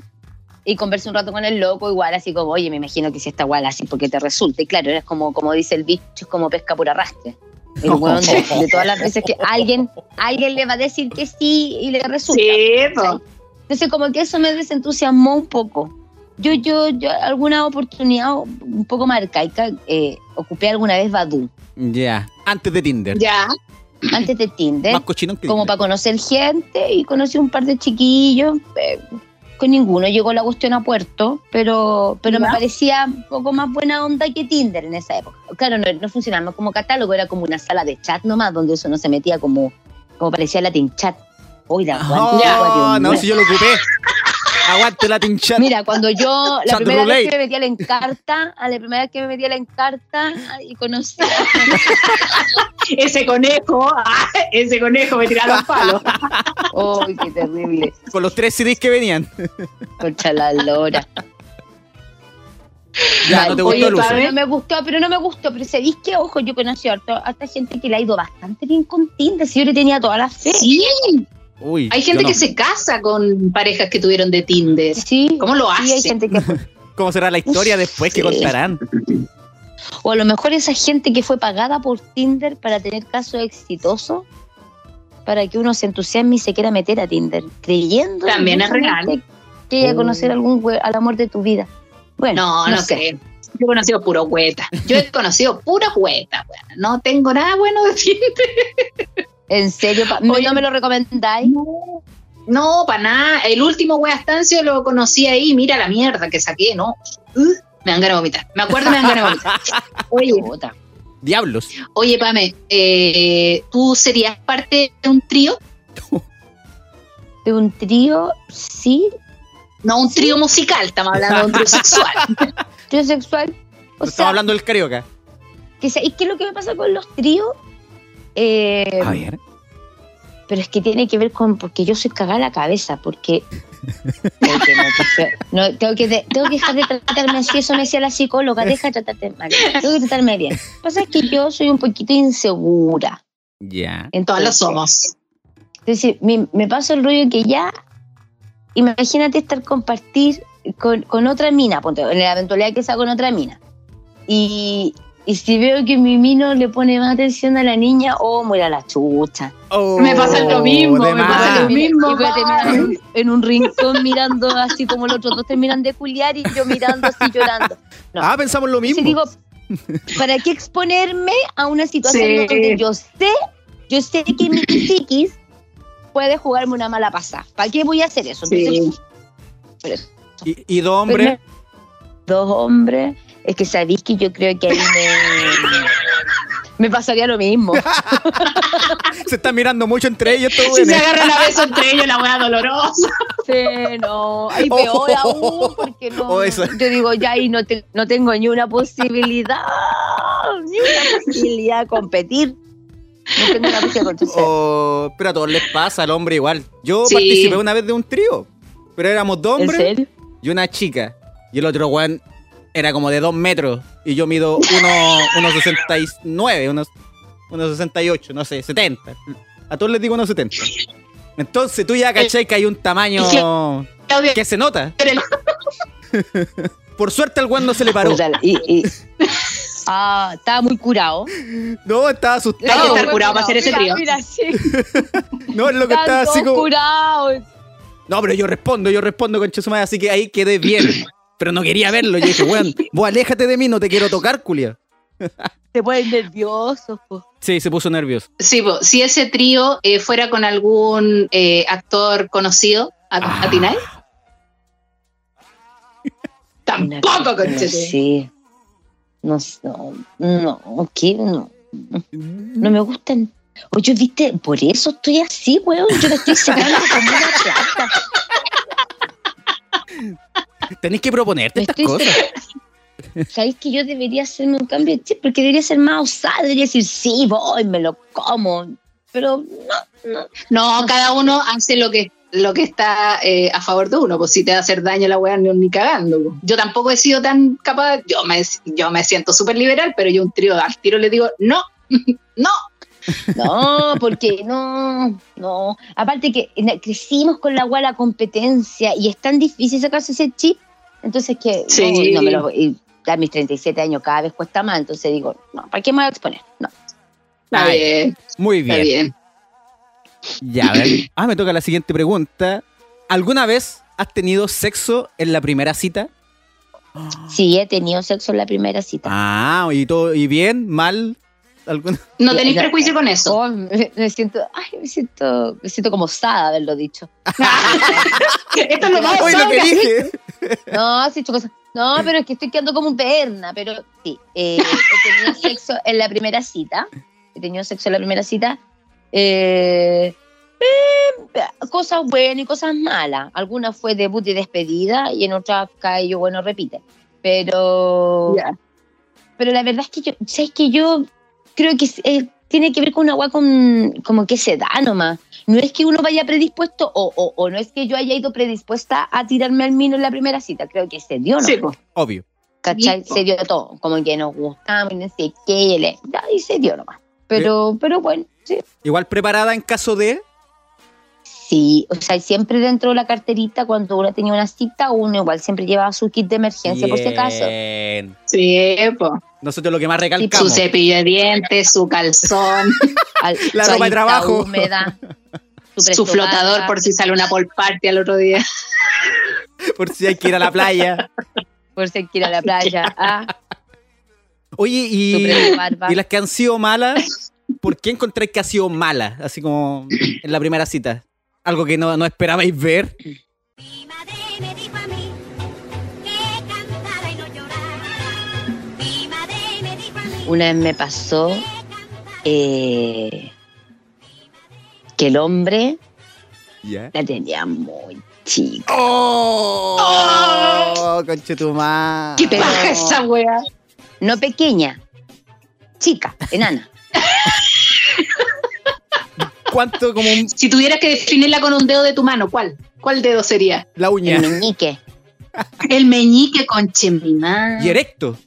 y conversé un rato con el loco igual, así como, oye, me imagino que si esta weá la así porque te resulta. Y claro, es como, como dice el bicho, es como pesca por arrastre. El weón de, de todas las veces que alguien, alguien le va a decir que sí y le resulta. Sí, po. Entonces, como que eso me desentusiasmó un poco. Yo, yo, yo, alguna oportunidad un poco más arcaica, eh, ocupé alguna vez Badu, Ya. Antes de Tinder. Ya. antes de Tinder, Más cochinón que como Tinder. para conocer gente y conocí un par de chiquillos. eh, con ninguno llegó la cuestión a puerto, pero, pero me Ya. parecía un poco más buena onda que Tinder en esa época. Claro, no, no funcionaba como catálogo, era como una sala de chat nomás, donde eso no se metía como, como parecía Latin Chat. Oiga, Oh, Dios no, mío. si yo lo ocupé. Aguante la tinchat. Mira, cuando yo, la Chat primera roulette. vez que me metí a la encarta, a la primera vez que me metí a la encarta ay, y conocí, Ese conejo, ah, ese conejo me tiraron palos. ¡ay, qué terrible! Con los tres CDs que venían. Concha la lora. Ya, Ah, no te Oye, gustó Luz. pa' ver. No me gustó, pero no me gustó. Pero sabéis que, ojo, yo conocí harto, hasta gente que le ha ido bastante bien con Tinder. Si yo le tenía toda la fe. Sí, Uy. hay yo gente no. que se casa con parejas que tuvieron de Tinder. Sí, ¿Cómo lo sí, hay hace? gente que. ¿Cómo será la historia después que Sí. contarán? O a lo mejor esa gente que fue pagada por Tinder para tener casos exitosos, para que uno se entusiasme y se quiera meter a Tinder, creyendo También es inmensamente que Oh. ella conocer algún hue- al amor de tu vida. Bueno, No, no, sé. Yo he conocido puro hueta. Yo he conocido puro hueta, weón. No tengo nada bueno de Tinder. En serio, pa- no, Oye. no me lo recomendáis. No, no para nada. El último Weastancio lo conocí ahí. Mira la mierda que saqué, ¿no? Uh, Me dan ganas de vomitar. Me acuerdo, me dan ganas de vomitar. Oye, Chuta. Diablos. oye, Pame, eh, ¿tú serías parte de un trío? De un trío, sí, No, un trío musical, estamos hablando de un trío sexual. trío sexual. O Estamos sea, hablando del carioca. que sea- ¿y qué es lo que me pasa con los tríos? Eh, A ver. pero es que tiene que ver con porque yo soy cagada la cabeza porque Oye, no, qué feo. No, tengo que de- tengo que dejar de tratarme así eso me decía la psicóloga deja de tratarte mal tengo que tratarme bien lo que pasa es que yo soy un poquito insegura Ya. Todos lo entonces, somos. entonces, me, me pasa el rollo que ya imagínate estar compartir con, con otra mina ponte, en la eventualidad que sea con otra mina y, y si veo que mi mino le pone más atención a la niña oh muera la chucha Oh, Me pasa lo mismo, de me más. pasa lo mismo, Ah. Y voy a terminar madre. en un- en un rincón mirando así como los otros dos terminan de culiar y yo mirando así llorando. No. Ah, pensamos lo Y mismo. digo, ¿para qué exponerme a una situación Sí. donde yo sé, yo sé que mi psiquis puede jugarme una mala pasada? ¿Para qué voy a hacer eso? Sí. Entonces, pues, Y, y dos hombres. Dos hombres, es que sabéis que yo creo que ahí me, me pasaría lo mismo. Se están mirando mucho entre ellos. estos Si se güeyes. agarran a beso entre ellos, la weá dolorosa. Sí, no, hay peor aún porque no, Oh, eso. yo digo ya y no, te- no tengo ni una posibilidad, ni una posibilidad de competir. No tengo una posibilidad de competir. Oh, pero a todos les pasa, al hombre igual. Yo Sí. participé una vez de un trío, pero éramos dos ¿En hombres serio? y una chica. Y el otro weón era como de dos metros y yo mido uno- unos 69, unos, unos 68, no sé, 70. A todos les digo unos 70. Entonces tú ya caché que hay un tamaño Claudio, que se nota. era el- Por suerte al weón no se le paró. Puta, y- y- Ah, estaba muy curado. No, estaba Hay que asustado. estar curado para hacer ese Mira, trío. Mira, sí, No, es lo que estaba estaba así como... curado. No, pero yo respondo, yo respondo con Chesumaya, así que ahí quedé bien. Pero no quería verlo. Yo dije, weón, vos aléjate de mí, no te quiero tocar, culia. Se ponen pues. nerviosos. po. Sí, se puso nervioso. Sí, po, si ese trío eh, fuera con algún eh, actor conocido, ¿a- Ah. ¿atináis? Tampoco, No, conchete. Sí. No, sé, no, no, ¿qué? No. No me gustan. Oye, viste, por eso estoy así, weón. Yo me estoy sacando como una plata. Tenés que proponerte Me estas estoy cosas. Sabéis que yo debería hacerme un cambio de chip, porque debería ser más osada, debería decir, sí, voy, me lo como. Pero No, cada uno hace lo que lo que está eh, a favor de uno, pues si te va a hacer daño la weá, ni, ni cagando. po. Yo tampoco he sido tan capaz, yo me, yo me siento súper liberal, pero yo un trío al tiro le digo, no, no, no, porque no, no. Aparte que na- crecimos con la guay la competencia y es tan difícil sacarse ese chip. Entonces que no, Sí. no me lo y a mis 37 años cada vez cuesta más, entonces digo, no, ¿para qué me voy a exponer? No. está Ay, bien, Muy está bien. bien. Ya, a ver. Ah, me toca la siguiente pregunta. ¿Alguna vez has tenido sexo en la primera cita? Sí, he tenido sexo en la primera cita. Ah, y todo, y bien, mal, alguna. No tenéis Ya, ya. prejuicio con eso. Oh, me, me siento, ay, me siento, me siento como osada de haberlo dicho. Esto es lo más Oye, lo osado que que- dije. No, has dicho cosas. No, pero es que estoy quedando como un perna, pero sí. eh, he tenido sexo en la primera cita. He tenido sexo en la primera cita. eh, eh, cosas buenas y cosas malas. Algunas fue debut y despedida y en otras cae yo, bueno, repite. Pero pero la verdad es que yo, ¿sabes que Yo creo que eh, tiene que ver con una agua con, como que se da nomás. No es que uno vaya predispuesto o, o- o no es que yo haya ido predispuesta a tirarme al mino en la primera cita. Creo que se dio, ¿no? Sí, po. Obvio. ¿Cachai? Se dio todo. Como que nos gustamos, y no sé qué, y, le- ya, y se dio nomás. Pero, pero bueno, sí. Igual preparada en caso de. Sí, o sea, siempre dentro de la carterita, cuando uno tenía una cita, uno igual siempre llevaba su kit de emergencia por si acaso. Bien. Sí, po. Nosotros lo que más Su recalcamos. cepillo de dientes, su calzón, Al- La su ropa de alita trabajo. húmeda, su flotador prestopaja. por si sale una pol party al otro día. por si hay que ir a la playa. por si hay que ir a la playa. Ah, Oye, tu y, prenda barba. y las que han sido malas, ¿por qué encontráis que ha sido mala? Así como en la primera cita. Algo que no, no esperabais ver. Mi madre me dijo a mí que cantara y no llorara. Mi madre me dijo a mí Una vez me pasó que cantara. eh, que el hombre ¿Ya? la tenía muy chica. ¡Oh! conchetumá. ¿Qué Pero- paja esa wea? No pequeña, chica, enana. ¿Cuánto como un- Si tuvieras que definirla con un dedo de tu mano, ¿cuál? ¿Cuál dedo sería? la uña? El meñique. El meñique con chemimá. Y erecto.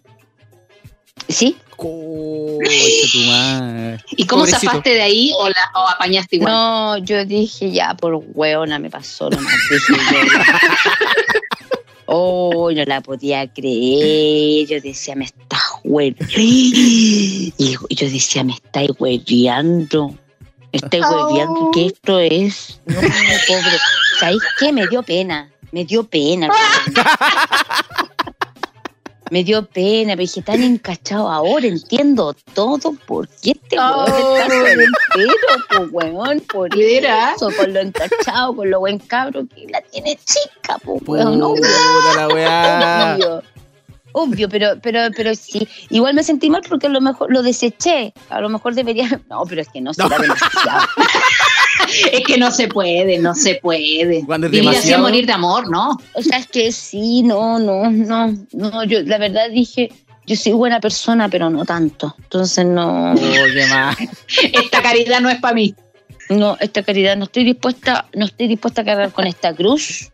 ¿Sí? Conchetumá. ¿Y cómo Pobrecito. zafaste de ahí o, la, o apañaste igual? No, yo dije ya, por hueona me pasó nomás. Dije, yo, Oh, no la podía creer. Yo decía, me estás hueveando. Y y yo decía, me estáis hueveando. Me estáis hueveando. Este ¿Qué esto es? No, pobre. ¿Sabéis qué? Me dio pena. Me dio pena. Me dio pena, pero dije, tan encachado ahora, entiendo todo. ¿Por qué este Oh. hueón está con el pelo, po, weón? Por Mira. eso, con lo encachado, con lo buen cabro que la tiene chica, po, weón. Puta Obvio, la weá. obvio. Obvio, pero, pero, pero sí. Igual me sentí mal porque a lo mejor lo deseché. A lo mejor debería. No, pero es que no, se da demasiado. Es que no se puede, no se puede. Cuando es Vivir así es demasiado. morir de amor, ¿no? O sea, es que sí, no, no, no. No, yo la verdad dije, yo soy buena persona, pero no tanto. Entonces no. Oh, qué mal. Esta caridad no es para mí. no, esta caridad, no estoy dispuesta, no estoy dispuesta a cargar con esta cruz.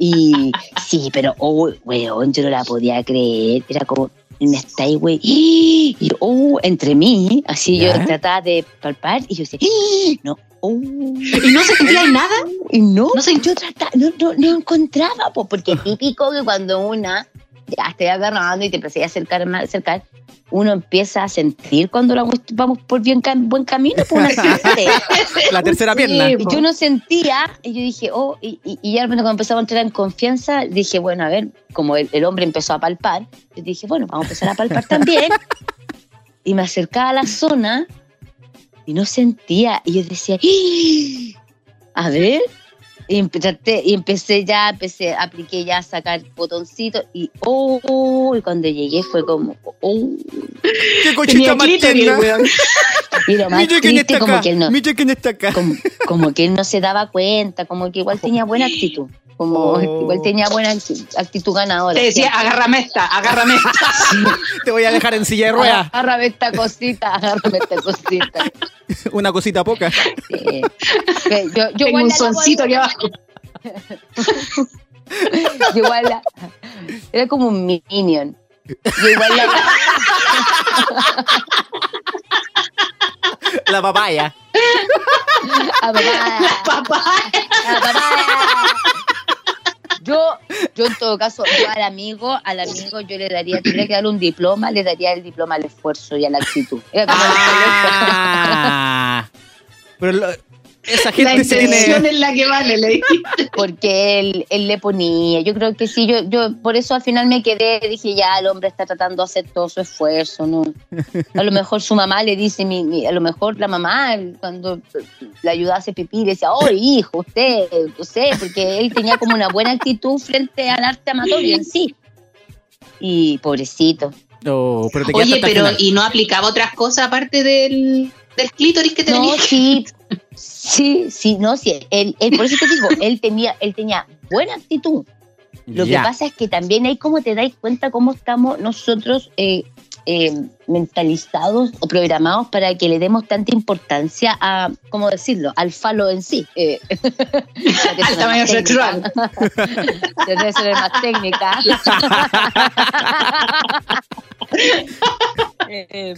Y sí, pero, oh, weón, yo no la podía creer. Era como, me estáis, güey. Y, oh, entre mí, así ¿Ya? yo trataba de palpar y yo decía, "Ih", no, oh. ¿Y no sentías nada? Y no, No sé. yo trataba, no, no, no encontraba, po, porque es típico que cuando una ya esté agarrando y te empecé a acercar más, acercar, uno empieza a sentir cuando la cuest- vamos por bien cam- buen camino, por una siente. La tercera pierna. Sí. Y yo no sentía, y yo dije, oh, y, y, y ya cuando empezaba a entrar en confianza, dije, bueno, a ver, como el, el hombre empezó a palpar, yo dije, bueno, vamos a empezar a palpar también. y me acercaba a la zona y no sentía, y yo decía, "Ih, a ver. Y empe- traté- y empecé ya, empecé, apliqué ya a sacar botoncito y oh, y cuando llegué fue como, oh, Qué Tenía cochita más clítoris, tierna. weón. y lo más Mira quién triste, está como acá. que él no, Mira quién está acá. como, como que él no se daba cuenta, como que igual tenía buena actitud. Como Oh. igual tenía buena acti- actitud ganadora. Te decía, ¿cierto? agárrame esta, agárrame esta. Te voy a dejar en silla de ruedas. Agárrame esta cosita, agárrame esta cosita. Una cosita poca. Sí. Que Yo, yo Tengo igual un la lavo soncito aquí ahí, abajo. yo igual la- era como un minion. Yo igual la, La papaya. a Ah, papá, Papá. a papá. Yo, yo en todo caso, yo al amigo, al amigo yo le daría, tendría que darle un diploma, le daría el diploma al Ah. esfuerzo y a la actitud. Era como- Ah. Pero lo- Esa La gente sí intención tiene. es la que vale, le dije. Porque él, él le ponía, yo creo que sí, yo, yo por eso al final me quedé, dije ya, el hombre está tratando de hacer todo su esfuerzo, ¿no? A lo mejor su mamá le dice, mi, mi- a lo mejor la mamá cuando la ayudaba a hacer pipí le decía, oh hijo, usted, usted, porque él tenía como una buena actitud frente al arte amatorio en sí. Y pobrecito. No, Oh, pero te quedaste Oye, hasta el pero final. ¿y no aplicaba otras cosas aparte del, del clítoris que No, tenía? sí, sí, sí, no, sí, él, él- por eso te digo, él tenía, él tenía buena actitud. Lo Ya. que pasa es que también ahí como te dais cuenta cómo estamos nosotros eh, eh, mentalizados o programados para que le demos tanta importancia a, ¿cómo decirlo?, al falo en sí. eh. Para que suene Al tamaño más técnica. sexual. Tendría que ser más técnica. Eh,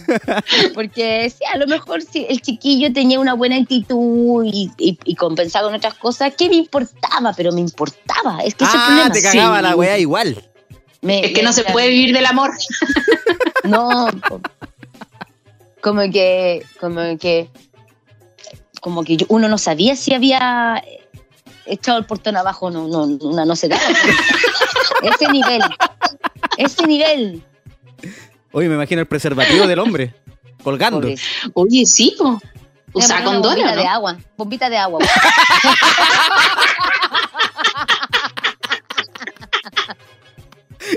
Porque sí, a lo mejor si el chiquillo tenía una buena actitud y, y- y compensaba con otras cosas, ¿qué me importaba? Pero me importaba. Es que ese es el Ah, problema. te cagaba Sí. la weá igual. Me- Es que me- no se puede vivir del amor. No. po. Como que, como que, como que yo- uno no sabía si había eh, echado el portón abajo, no, no, una no se daba. Ese nivel, ese nivel. Oye, me imagino el preservativo del hombre. Colgando. Pobre. Oye, sí, po. Usa Voy a poner una condón, bombita ¿o de ¿no? agua, bombita de agua.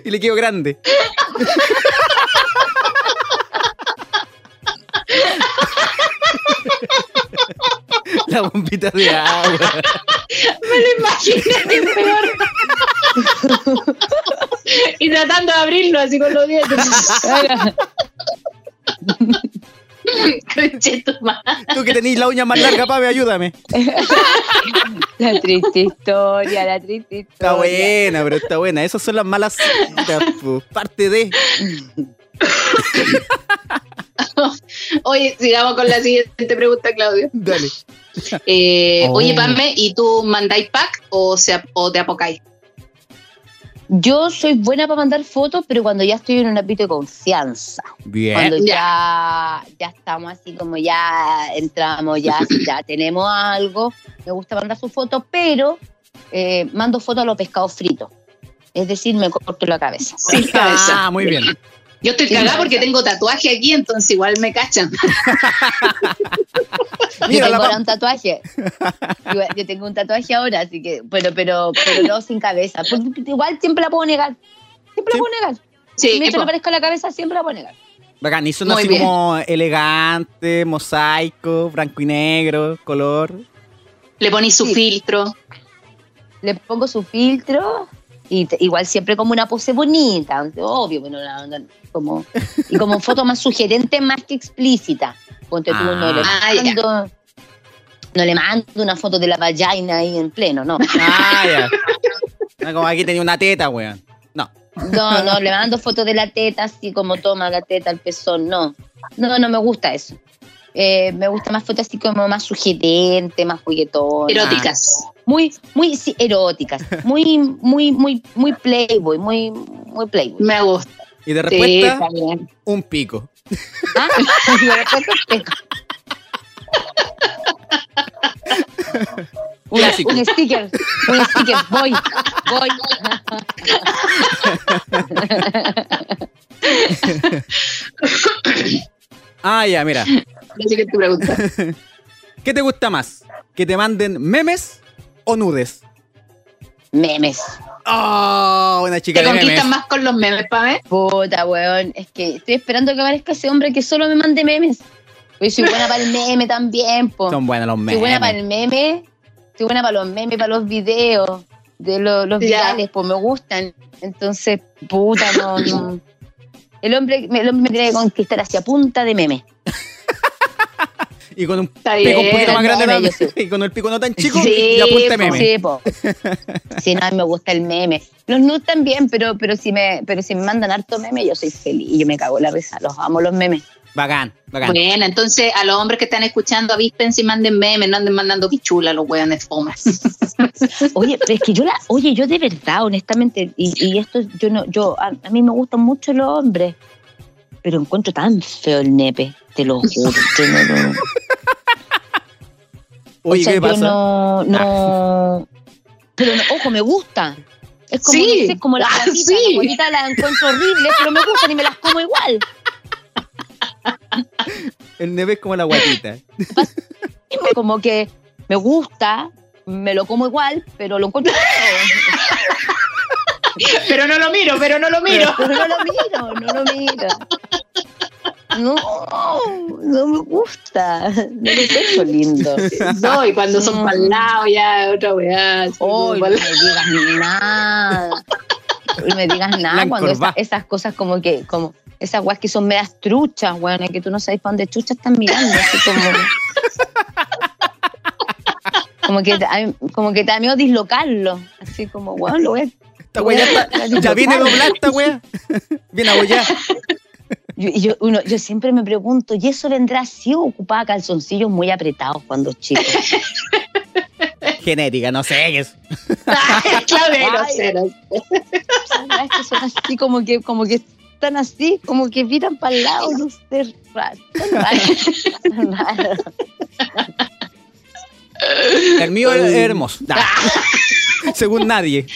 Y le quedó grande. La bombita de agua. Imagínate, peor. y tratando de abrirlo así con los dientes. Conche tu madre. Tú que tenés la uña más larga, Pave, ayúdame. La triste historia, la triste historia. Está buena, pero está buena. Esas son las malas citas, po. parte de. Oye, sigamos con la siguiente pregunta, Claudio. Dale. Eh, Oh. Oye, Pame, ¿y tú mandáis pack o, se, ap- o te apocáis? Yo soy buena para mandar fotos, pero cuando ya estoy en un ámbito de confianza. Bien. Cuando ya, ya estamos así como ya entramos, ya, ya tenemos algo, me gusta mandar sus fotos, pero eh, mando fotos a los pescados fritos. Es decir, me corto la cabeza. Sin cabeza. Ah, muy bien. Yo estoy Sin cagada cabeza. porque tengo tatuaje aquí, entonces igual me cachan. Mira yo tengo la ahora Pam. un tatuaje. Yo, yo tengo un tatuaje ahora, así que, pero, pero, pero no sin cabeza. Porque igual siempre la puedo negar. Siempre Sí. la puedo negar. Sí, Mientras po. le parezca la cabeza, siempre la puedo negar. Bacán. Y son Muy así bien. como elegante, mosaico, blanco y negro, color. le ponéis su Sí. filtro. le pongo su filtro y te- igual siempre como una pose bonita, obvio, bueno, la- la- como, y como foto más sugerente más que explícita. Ponte tú, no le Ah, ya. mando, no le mando una foto de la vagina ahí en pleno, no. Ah, ya. No, como aquí tenía una teta, weón. No, no, le mando fotos de la teta, así como toma la teta, el pezón, no. No, no me gusta eso. Eh, me gusta más fotos así como más sugerente, más juguetón. Eróticas. Muy, muy sí, eróticas. Muy, muy, muy, muy playboy, muy, muy playboy. Me gusta. Y de Sí, respuesta, está bien. un pico. Ah, y de repente tengo un, Clásico. un sticker, un sticker, voy, voy. Ah, ya, mira. La siguiente pregunta. ¿Qué te gusta más? ¿Que te manden memes o nudes? Memes. ¡Oh! Una chica Te de memes. conquistan más con los memes, Pame. Puta, weón. Es que estoy esperando que aparezca ese hombre que solo me mande memes. Yo soy buena para el meme también, po. Son buenos los memes. Soy buena para el meme, soy buena para los memes, para los videos, de lo- los Ya. virales, pues me gustan. Entonces, puta, no, no. El hombre, el hombre me tiene que conquistar hacia punta de meme. Y con un Está pico un poquito bien. más grande meme, yo también. Y con el pico no tan chico Sí, y apunta po. meme. Sí, po. Sí, no, me gusta el meme. Los nudes también, pero, pero, si me, pero si me mandan harto meme, yo soy feliz. Yo me cago en la risa, los amo los memes. Bacán, bacán. Bueno, entonces a los hombres que están escuchando, avispen si manden memes, no anden mandando pichula los hueones fomas. Oye, pero es que yo la, oye, yo de verdad, honestamente, y, y esto yo no, yo a, a mí me gustan mucho los hombres, pero encuentro tan feo el nepe, te lo juro, yo no lo- Oye, O sea, ¿qué yo pasa? no, no. Pero no- ojo, me gusta. Es como, Sí. no sé, como las Ah, guayitas, sí. las guayitas las encuentro horribles, pero me gustan y me las como igual. El neve es como la guatita. Como que me gusta, me lo como igual, pero lo encuentro feo. Pero no lo miro, pero no lo miro. Pero no lo miro, no lo miro. No, no me gusta. No lo encuentro lindo. No, y cuando son Mm. para el lado ya, otra weá. así, Oh, no pa'l me lado. digas nada. No me digas nada La cuando esa- encorvá. esas cosas como que, como esas guas que son medias truchas, weón, que tú no sabes para dónde chucha están mirando. así como, como que ay, como que te da miedo dislocarlo. Así como, weón, lo voy a- Esta weá ya, lo voy a está- ya viene dislocar. doblada esta weá. Viene abollada. Yo, y yo, uno, yo siempre me pregunto, ¿y eso vendrá así o ocupaba calzoncillos muy apretados cuando chico? Genética, no sé qué es. Claro, no Ay. sé, no sé. ¿Sabes? Ah, que son así como que, como que están así, como que miran para el lado, no sé, raro, raro, raro. El mío es es hermoso. Ah. Según nadie.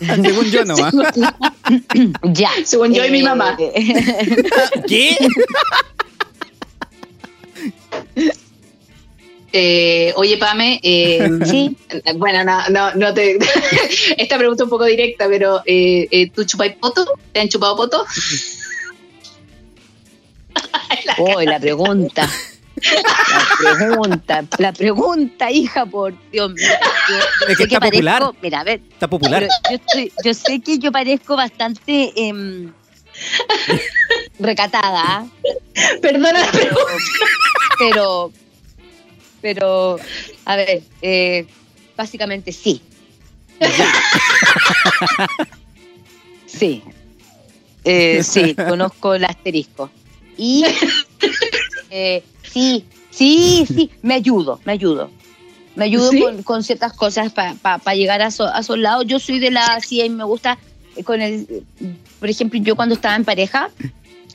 Según yo nomás. Ya. Eh, Según yo y mi mamá. ¿Qué? Eh, oye, Pame, eh, Sí. bueno, no, no, no te. Esta pregunta un poco directa, pero eh, eh, ¿tú chupáis poto? ¿Te han chupado poto? Uy, Oh, la pregunta. La pregunta, la pregunta, hija, por Dios mío. Yo- yo Es que sé está popular. parezco- mira, a ver, Está popular. Pero Yo, estoy- yo sé que yo parezco bastante em, recatada, ¿ah? Perdona, pero. pero, pero, a ver, eh, básicamente sí. Sí. Eh, sí, conozco el asterisco. Y eh, sí, sí, sí, me ayudo, me ayudo. Me ayudo ¿Sí? con, con ciertas cosas para llegar a, eso- a esos lados. Yo soy de la, sí, a mí me gusta, eh, con el, por ejemplo, yo cuando estaba en pareja,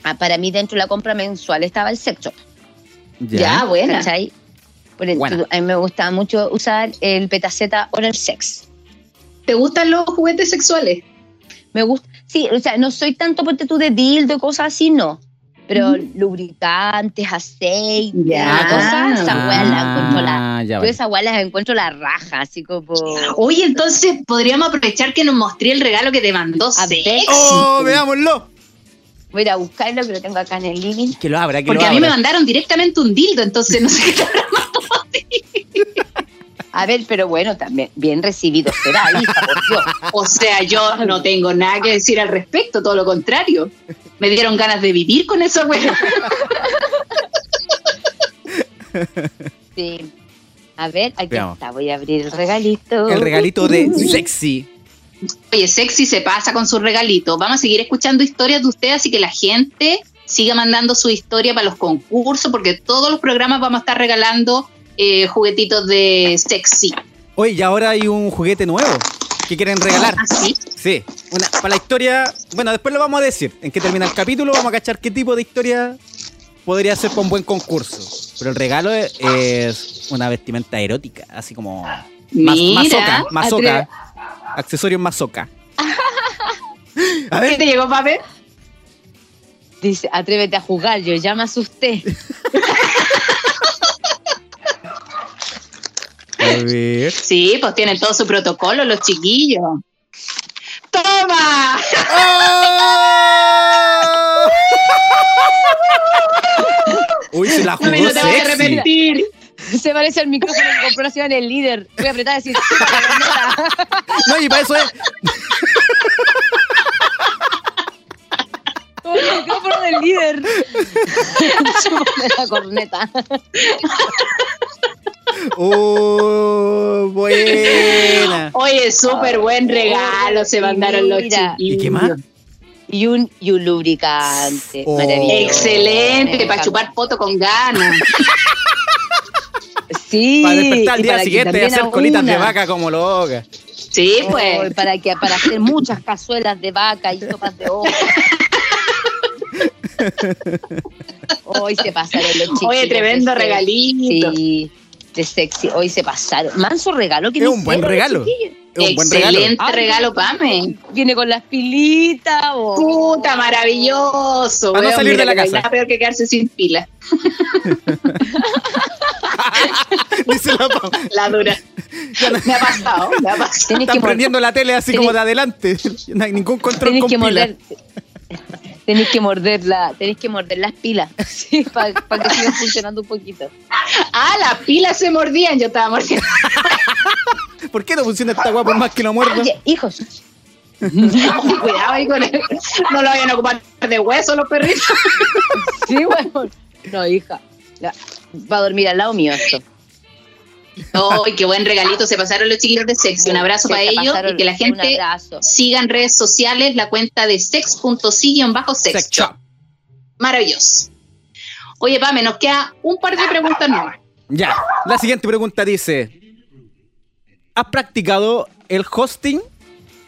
ah, para mí dentro de la compra mensual estaba el sexo. Ya, buena. ¿Cachai? Por el- Buena. A mí me gustaba mucho usar el petaceta oral sex. ¿Te gustan los juguetes sexuales? Me gusta, sí, o sea, no soy tanto ponte tú de dildo y cosas así, no. Pero lubricantes, aceite, Ya. cosas, esas Ah, weas las encuentro la, Ah, ya yo vale. esas weas las encuentro la raja, así como Oye, entonces podríamos aprovechar que nos mostré el regalo que te mandó A Sexy. ver. ¡Oh, veámoslo! voy a ir a buscarlo que lo tengo acá en el living. Que lo abra, que Porque lo a mí me abra. mandaron directamente un dildo, entonces no sé qué A ver, pero bueno, también bien recibido será, hija, por Dios. O sea, yo no tengo nada que decir al respecto, todo lo contrario. Me dieron ganas de vivir con esa weá. Sí. A ver, aquí Veamos. está, voy a abrir el regalito. El regalito de sexy. Oye, sexy se pasa con su regalito. Vamos a seguir escuchando historias de ustedes, así que la gente siga mandando su historia para los concursos, porque todos los programas vamos a estar regalando eh, juguetitos de sexy. Oye, y ahora hay un juguete nuevo que quieren regalar. Así. Sí, una, para la historia. Bueno, después lo vamos a decir. En que termina el capítulo, vamos a cachar qué tipo de historia podría ser con buen concurso. Pero el regalo es, es una vestimenta erótica, así como. ma- Mira. mazoca, mazoca. Accesorios mazoca. A ¿Qué ver, te llegó, papi? Dice, atrévete a jugar, yo ya me asusté. a ver. Sí, pues tienen todo su protocolo, los chiquillos. ¡Toma! ¡Oh! Uy, se la jugó No te vas a sexy. arrepentir. Se parece al micrófono que compró la ciudad en el líder. Voy a apretar y decir, No, y para eso es. como el micrófono del líder. Chúpame la corneta. ¡Oh! Buena. Oye, súper buen regalo se mandaron los Mira. ¿Y chiquillos. qué más? Y un, y un lubricante. Oh. Maravilloso. Excelente, Me para chupar poto con ganas. encanta. Sí. para despertar y al día para que siguiente y también hacer a colitas de una. vaca como loca. Sí, Oh, pues. para, que, para hacer muchas cazuelas de vaca y sopas de ojo. Hoy se pasaron los chicos. Oye, tremendo regalito. Sí. Extra sexy, hoy se pasaron. Manso regalo que Es me un buen hicieron, regalo. chiquillos. Es un buen regalo. Excelente Ay, regalo, Pame. Viene con las pilitas, vos. Puta, maravilloso. Para no weón, salir mira de la que no hay casa. Nada peor que quedarse sin pila. Dice la Pau. La dura. Me ha pasado, me ha pasado. Tenés Están que mol- prendiendo la tele así tenés- como de adelante. No hay ningún control tenés con que pila. morder tenés que morder la tenés que morder las pilas sí, para que sigan funcionando un poquito Ah, las pilas se mordían, yo estaba mordiendo. ¿Por qué no funciona esta guapa por más que lo muerda? Oye, hijos Cuidado ahí con él. No lo vayan a ocupar de hueso los perritos. sí bueno no hija La- va a dormir al lado mío esto ¡Ay, qué buen regalito! Se pasaron los chiquillos de sexy. Un abrazo Se para te ellos pasaron y que la un gente abrazo. siga en redes sociales la cuenta de Sex sex.si-sex. shop. Maravilloso. Oye, Pame, nos queda un par de preguntas nuevas. Ya. La siguiente pregunta dice: ¿Has practicado el hosting?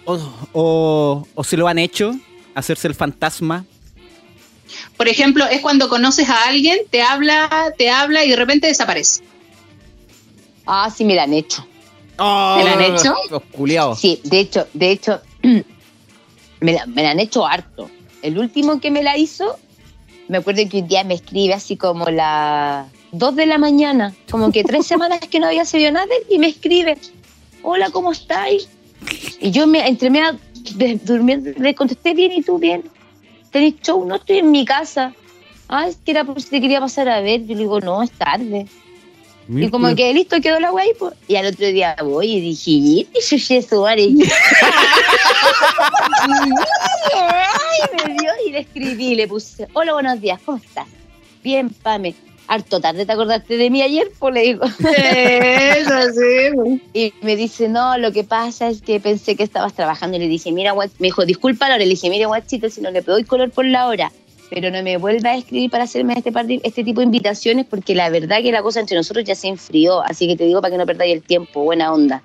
¿O, o, o se lo han hecho? ¿Hacerse el fantasma? Por ejemplo, es cuando conoces a alguien, te habla, te habla y de repente desaparece. ah sí me la han hecho ¿Me la han hecho? Oh, Los culiados. sí de hecho de hecho me la, me la han hecho harto el último que me la hizo me acuerdo que un día me escribe así como las 2 de la mañana, como que tres semanas que no había sabido nada de él, y me escribe, hola, ¿cómo estáis? Y yo me entre me durmiendo, le contesté bien y tú bien. Tenés show, no estoy en mi casa. Ah, es que era por si te quería pasar a ver. Yo le digo, no, es tarde. Y como que listo, quedó la wey. po. Y al otro día voy y dije, ¿y este yo ya Suárez? Y- Ay, me vio y le escribí, le puse, hola, buenos días, ¿cómo estás? Bien, Pame. Harto tarde te acordaste de mí ayer, pues le digo. Eso sí. Y me dice, no, lo que pasa es que pensé que estabas trabajando. Y le dije, mira, guach-". me dijo, disculpa la hora. Le dije, mira, guachito, si no le doy color por la hora. Pero no me vuelva a escribir para hacerme este, par de- este tipo de invitaciones porque la verdad que la cosa entre nosotros ya se enfrió. Así que te digo para que no perdáis el tiempo. Buena onda.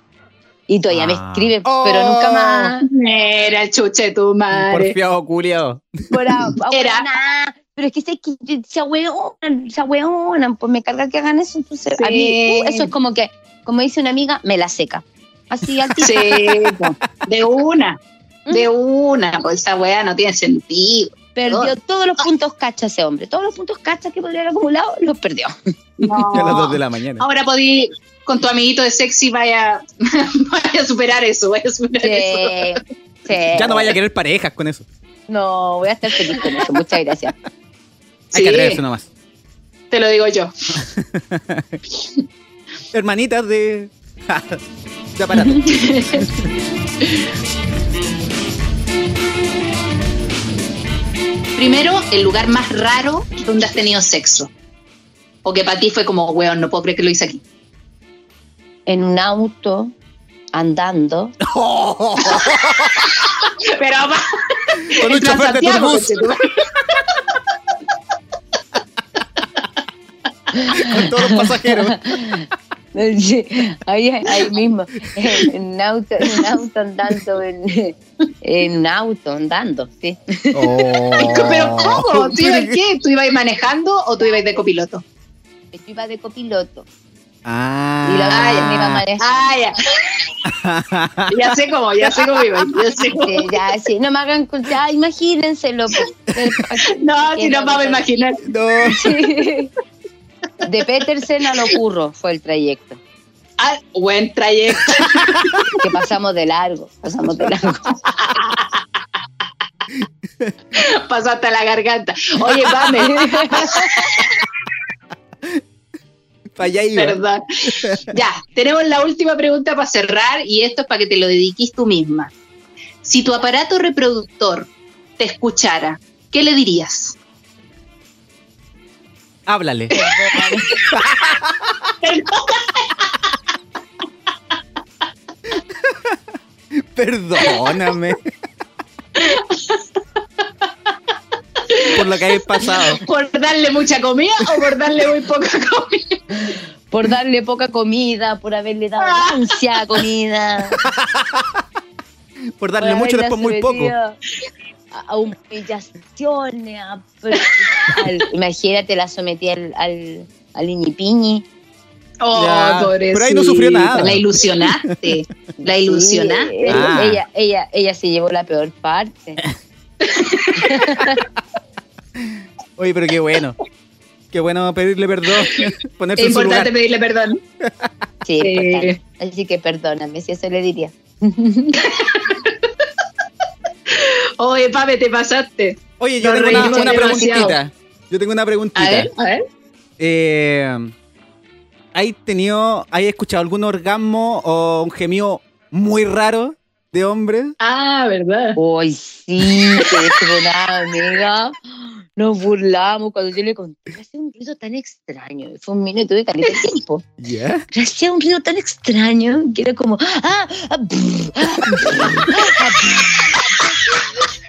Y todavía me Ah. escribe, pero nunca más. Era el chuche tu madre. Porfiado culiado. Por a- Oh. Era. ahueoná. Pero es que sé que yo- se ahueonan, se ahueonan, pues me carga que hagan eso. Entonces, a mí, Sí. uh, eso es como que, como dice una amiga, me la seca. Así, al tiro. Sí, po. de una. De una, pues esa weá no tiene sentido. Perdió todos los puntos cachas ese hombre. Todos los puntos cachas que podría haber acumulado, los perdió. Ya a las 2 No. de la mañana. Ahora podí con tu amiguito de sexy vaya, vaya a superar eso, vaya a superar eso. Sí, sí. Ya no vaya a querer parejas con eso. No, voy a estar feliz con eso. Muchas gracias. Hay Sí. que atreverse nomás. Te lo digo yo. Hermanitas de. de aparato. Primero, el lugar más raro donde has tenido sexo. O que para ti fue como, weón, no puedo creer que lo hice aquí. En un auto, andando. Pero pa, Con un en chofer de Transantiago, turbús. conchetumare. Con todos los pasajeros. Sí, Ahí, ahí mismo. En un auto, en un auto andando. En, en un auto andando, sí. Pero Oh. ¿cómo? Oh, ¿Tú ibas qué? ¿Tú ibas manejando o tú ibas de copiloto? Yo iba de copiloto. Ah. Y la verdad, me iba manejando. Ah, ya. Ya sé cómo, ya sé cómo iba. Ya sé cómo. Sí, ya, sí, no me hagan cul- ya, imagínenselo. pues. No, si no vamos a imaginar. No. Sí. De Petersen a Locurro fue el trayecto. Ah, buen trayecto. Que pasamos de largo, pasamos de largo. Pasó hasta la garganta. Oye, Pame, Para allá iba. perdón. Ya, tenemos la última pregunta para cerrar y esto es para que te lo dediques tú misma. Si tu aparato reproductor te escuchara, ¿qué le dirías? Háblale. Perdóname. Por lo que habéis pasado. ¿Por darle mucha comida o por darle muy poca comida? Por darle poca comida, por haberle dado ansia comida. Por por darle mucho haberle después muy poco. sometido A, a humillaciones, a- al- imagínate la sometí al, al, al iñipiñi, Oh, Ya, pobrecita. pero ahí no sufrió nada. La ilusionaste. La ilusionaste. Sí, Ah. eh, Ella, ella, ella se llevó la peor parte. Oye, pero qué bueno. Qué bueno pedirle perdón. Ponerse Es en su importante lugar. pedirle perdón. Sí, Sí. importante. Así que perdóname si eso le diría. Oye, Pape, te pasaste. Oye, yo Lo tengo una, reíste una demasiado. preguntita. Yo tengo una A preguntita. ver, a ver. Eh, ¿Hay tenido, hay escuchado algún orgasmo o un gemido muy raro de hombre? Ah, verdad. Uy, sí, qué decepcionada, amiga. Nos burlamos cuando yo le conté. Gracias a un ruido tan extraño. Fue un minuto de calidad de tiempo. ¿Ya? Gracias a un ruido tan extraño que era como. ¡Ah! ah, brr, ah, brr, ah,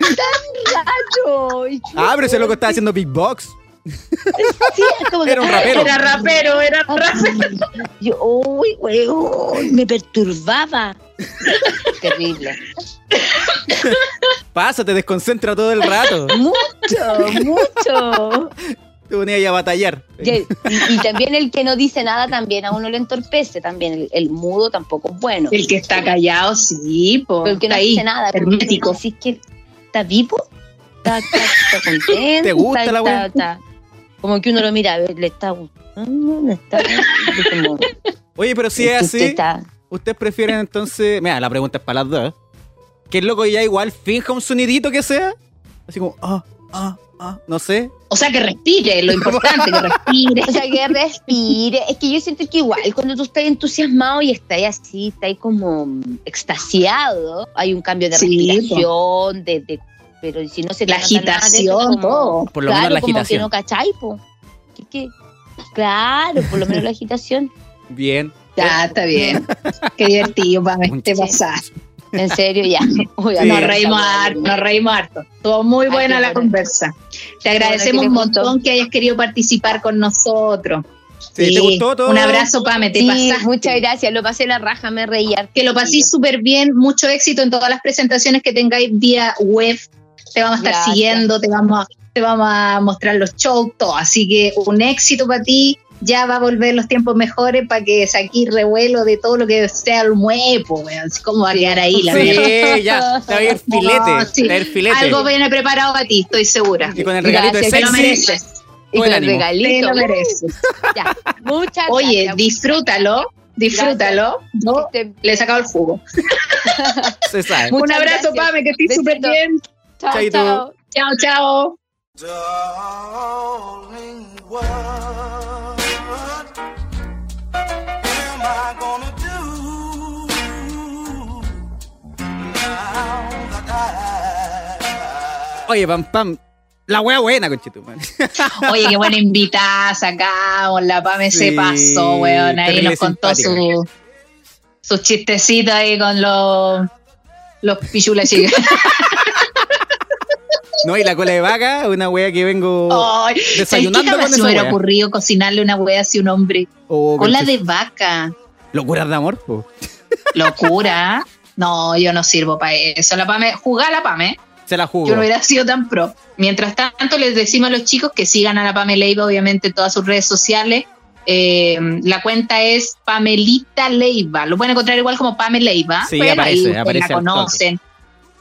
brr. ¡Tan raro! Y yo, Ah, pero eso es lo que estaba haciendo Big Box. sí, como que- Era un rapero. Era rapero, era rapero. Yo, uy, weón, me perturbaba. Terrible. Pasa, te desconcentra todo el rato. Mucho, mucho. Te ponías ahí a batallar. Y, y- y también el que no dice nada también a uno le entorpece. También el, el mudo tampoco es bueno. El que está callado, sí, po. Pero el que no Está ahí, dice nada. porque hermético. tú decís que está vivo, está, está, está contento. ¿Te gusta está- la está- wea? está- Como que uno lo mira, a ver, le está gustando, le está. como- Oye, pero si es usted así, está- ¿ustedes prefieren entonces... Mira, la pregunta es para las dos. Que el loco ya igual finja un sonidito que sea. Así como, ah, ah, ah, no sé. O sea, que respire, lo importante, que respire. O sea, que respire. Es que yo siento que igual cuando tú estás entusiasmado y estás así, estás como mm, extasiado, hay un cambio de Sí, respiración, de, de- pero si no se te La nota nada de eso, agitación, como- todo. Por lo claro, pues, menos la como agitación. que no cachai, po. ¿Qué, qué? Claro, por lo menos la agitación. Bien. Ya, está bien. Qué divertido, Pape, te pasaste. En serio, ya. Uy, Sí. amiga, Nos reímos estamos- harto, nos reímos harto. Estuvo muy Ay, buena qué la bueno. conversa. Te bueno agradecemos que un te gustó. montón que hayas querido participar con nosotros. Sí, ¿Te gustó todo? Un abrazo, Pame, te Sí, pasaste. muchas gracias. Lo pasé la raja, me reí harto. Que lo paséis súper bien, mucho éxito en todas las presentaciones que tengáis vía web. Te vamos a estar Gracias. siguiendo, te vamos, a- te vamos a mostrar los shows, todo. Así que un éxito para ti. Ya va a volver los tiempos mejores para que saquís revuelo de todo lo que sea el muepo, weón. Así como va a quedar ahí la mierda. Sí, ya. Te va a ir filete. No, sí. Te va a ir filete. Algo viene preparado para ti, estoy segura. Y con el regalito Gracias, de Te lo sí. sexy. mereces. Y Todo con el el ánimo. Te regalito. lo mereces. Ya. Muchas Oye, gracias. disfrútalo, disfrútalo. Yo Que estés- le he sacado el jugo. Se sabe. Muchas Un abrazo, gracias. Pame, que estés Besito. súper bien. Chao, Chaito. chao. Chao, chao. Darling, what am I gonna do now that I Oye, pam, pam. La wea buena, conchito. Oye, qué buena invitada sacamos. La Pame se Sí, pasó, weón. Ahí terrible nos contó simpática. su, sus chistecitos ahí con los, los pichulas chicas. No, y la cola de vaca, una wea que vengo Ay, Oh, ¿Sabes qué desayunando con jamás se esa me hubiera wea. ocurrido cocinarle una wea así a un hombre? Oh, Cola conchito. de vaca. Locuras de amor, po. Locura. No, yo no sirvo para eso. La Pame, jugá a la Pame. Se la jugó. Yo no hubiera sido tan pro. Mientras tanto, les decimos a los chicos que sigan a la Pame Leiva, obviamente, en todas sus redes sociales. Eh, la cuenta es Pamelita Leiva. Lo pueden encontrar igual como Pame Leiva. Sí, pero aparece, ahí ustedes aparece la al toque. conocen.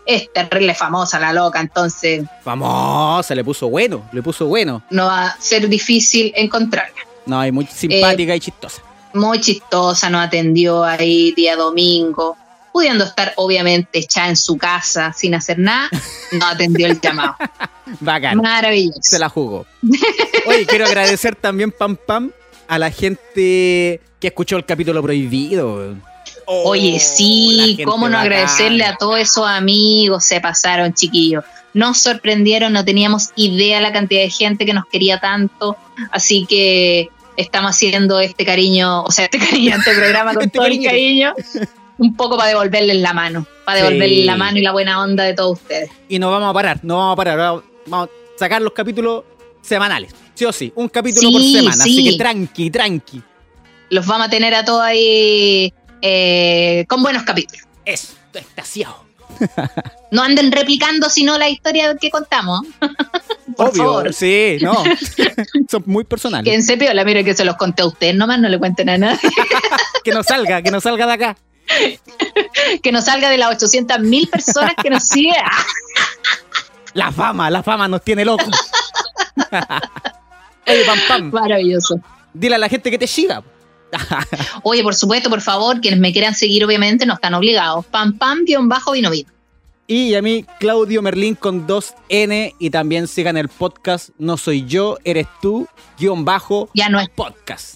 Es terrible famosa la loca, entonces Vamos, se le puso bueno, le puso bueno. no va a ser difícil encontrarla. No, y Eh, muy simpática y chistosa. Muy chistosa, nos atendió ahí día domingo, pudiendo estar obviamente echada en su casa sin hacer nada, no atendió el llamado. Bacán. Maravilloso. Se la jugó. Oye, quiero agradecer también, pam, pam, a la gente que escuchó el capítulo prohibido. weón. Oh, Oye, la sí, gente cómo no bacana. agradecerle a todos esos amigos, se pasaron, chiquillos. Nos sorprendieron, no teníamos idea la cantidad de gente que nos quería tanto, así que estamos haciendo este cariño, o sea, este cariño, este programa con Este todo el cariñito. cariño, un poco para devolverles la mano, para devolverles Sí. la mano y la buena onda de todos ustedes. Y no vamos a parar, no vamos a parar. Vamos vamos a sacar los capítulos semanales. Sí o sí, un capítulo por Sí, semana. Así sí. que tranqui, tranqui. Los vamos a tener a todos ahí eh, con buenos capítulos. Eso, estaciado. No anden replicando sino la historia que contamos. Por Obvio, favor. sí, no. Son muy personales. Quédense piola, mire que se los conté a ustedes nomás, no le cuenten a nadie. Que no salga, que no salga de acá. que no salga de las 800.000 mil personas que nos siguen. ¡Ah! La fama, la fama nos tiene locos. Oye, pam pam, Maravilloso. dile a la gente que te siga. Oye, por supuesto, por favor, quienes me quieran seguir, obviamente, no están obligados. Pam pam, guión bajo, vino vino. Y a mí, Claudio Merlín con 2N. Y también sigan el podcast No Soy Yo, Eres Tú, guión bajo, Ya no es podcast.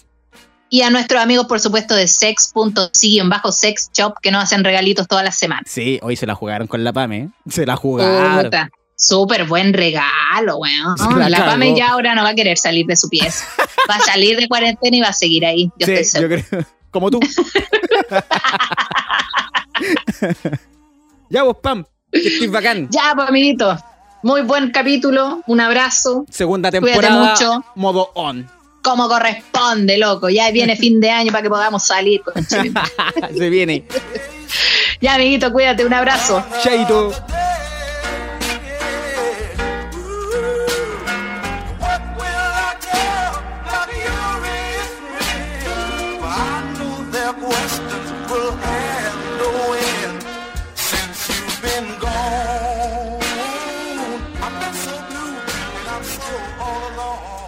Y a nuestros amigos, por supuesto, de sex.si-sex shop, que nos hacen regalitos todas las semanas. Sí, hoy se la jugaron con la PAME. ¿eh? Se la jugaron. Puta, Súper buen regalo, weón. Se la La, cagó. Pame ya ahora no va a querer salir de su pieza. Va a salir de cuarentena y va a seguir ahí. Yo sí, estoy segura. yo creo. Como tú. ya vos, Pam. Que estoy bacán. Ya, pues, amiguitos. Muy buen capítulo. Un abrazo. Segunda Cuídate temporada. mucho. Modo on. Como corresponde, loco. Ya viene fin de año para que podamos salir. conchetumare. se viene. ya, amiguito, cuídate. Un abrazo. Chaito. What will I tell my dearest friend? For I know their questions will have no end. Since you've been gone, I've been so blue and I'm so all alone.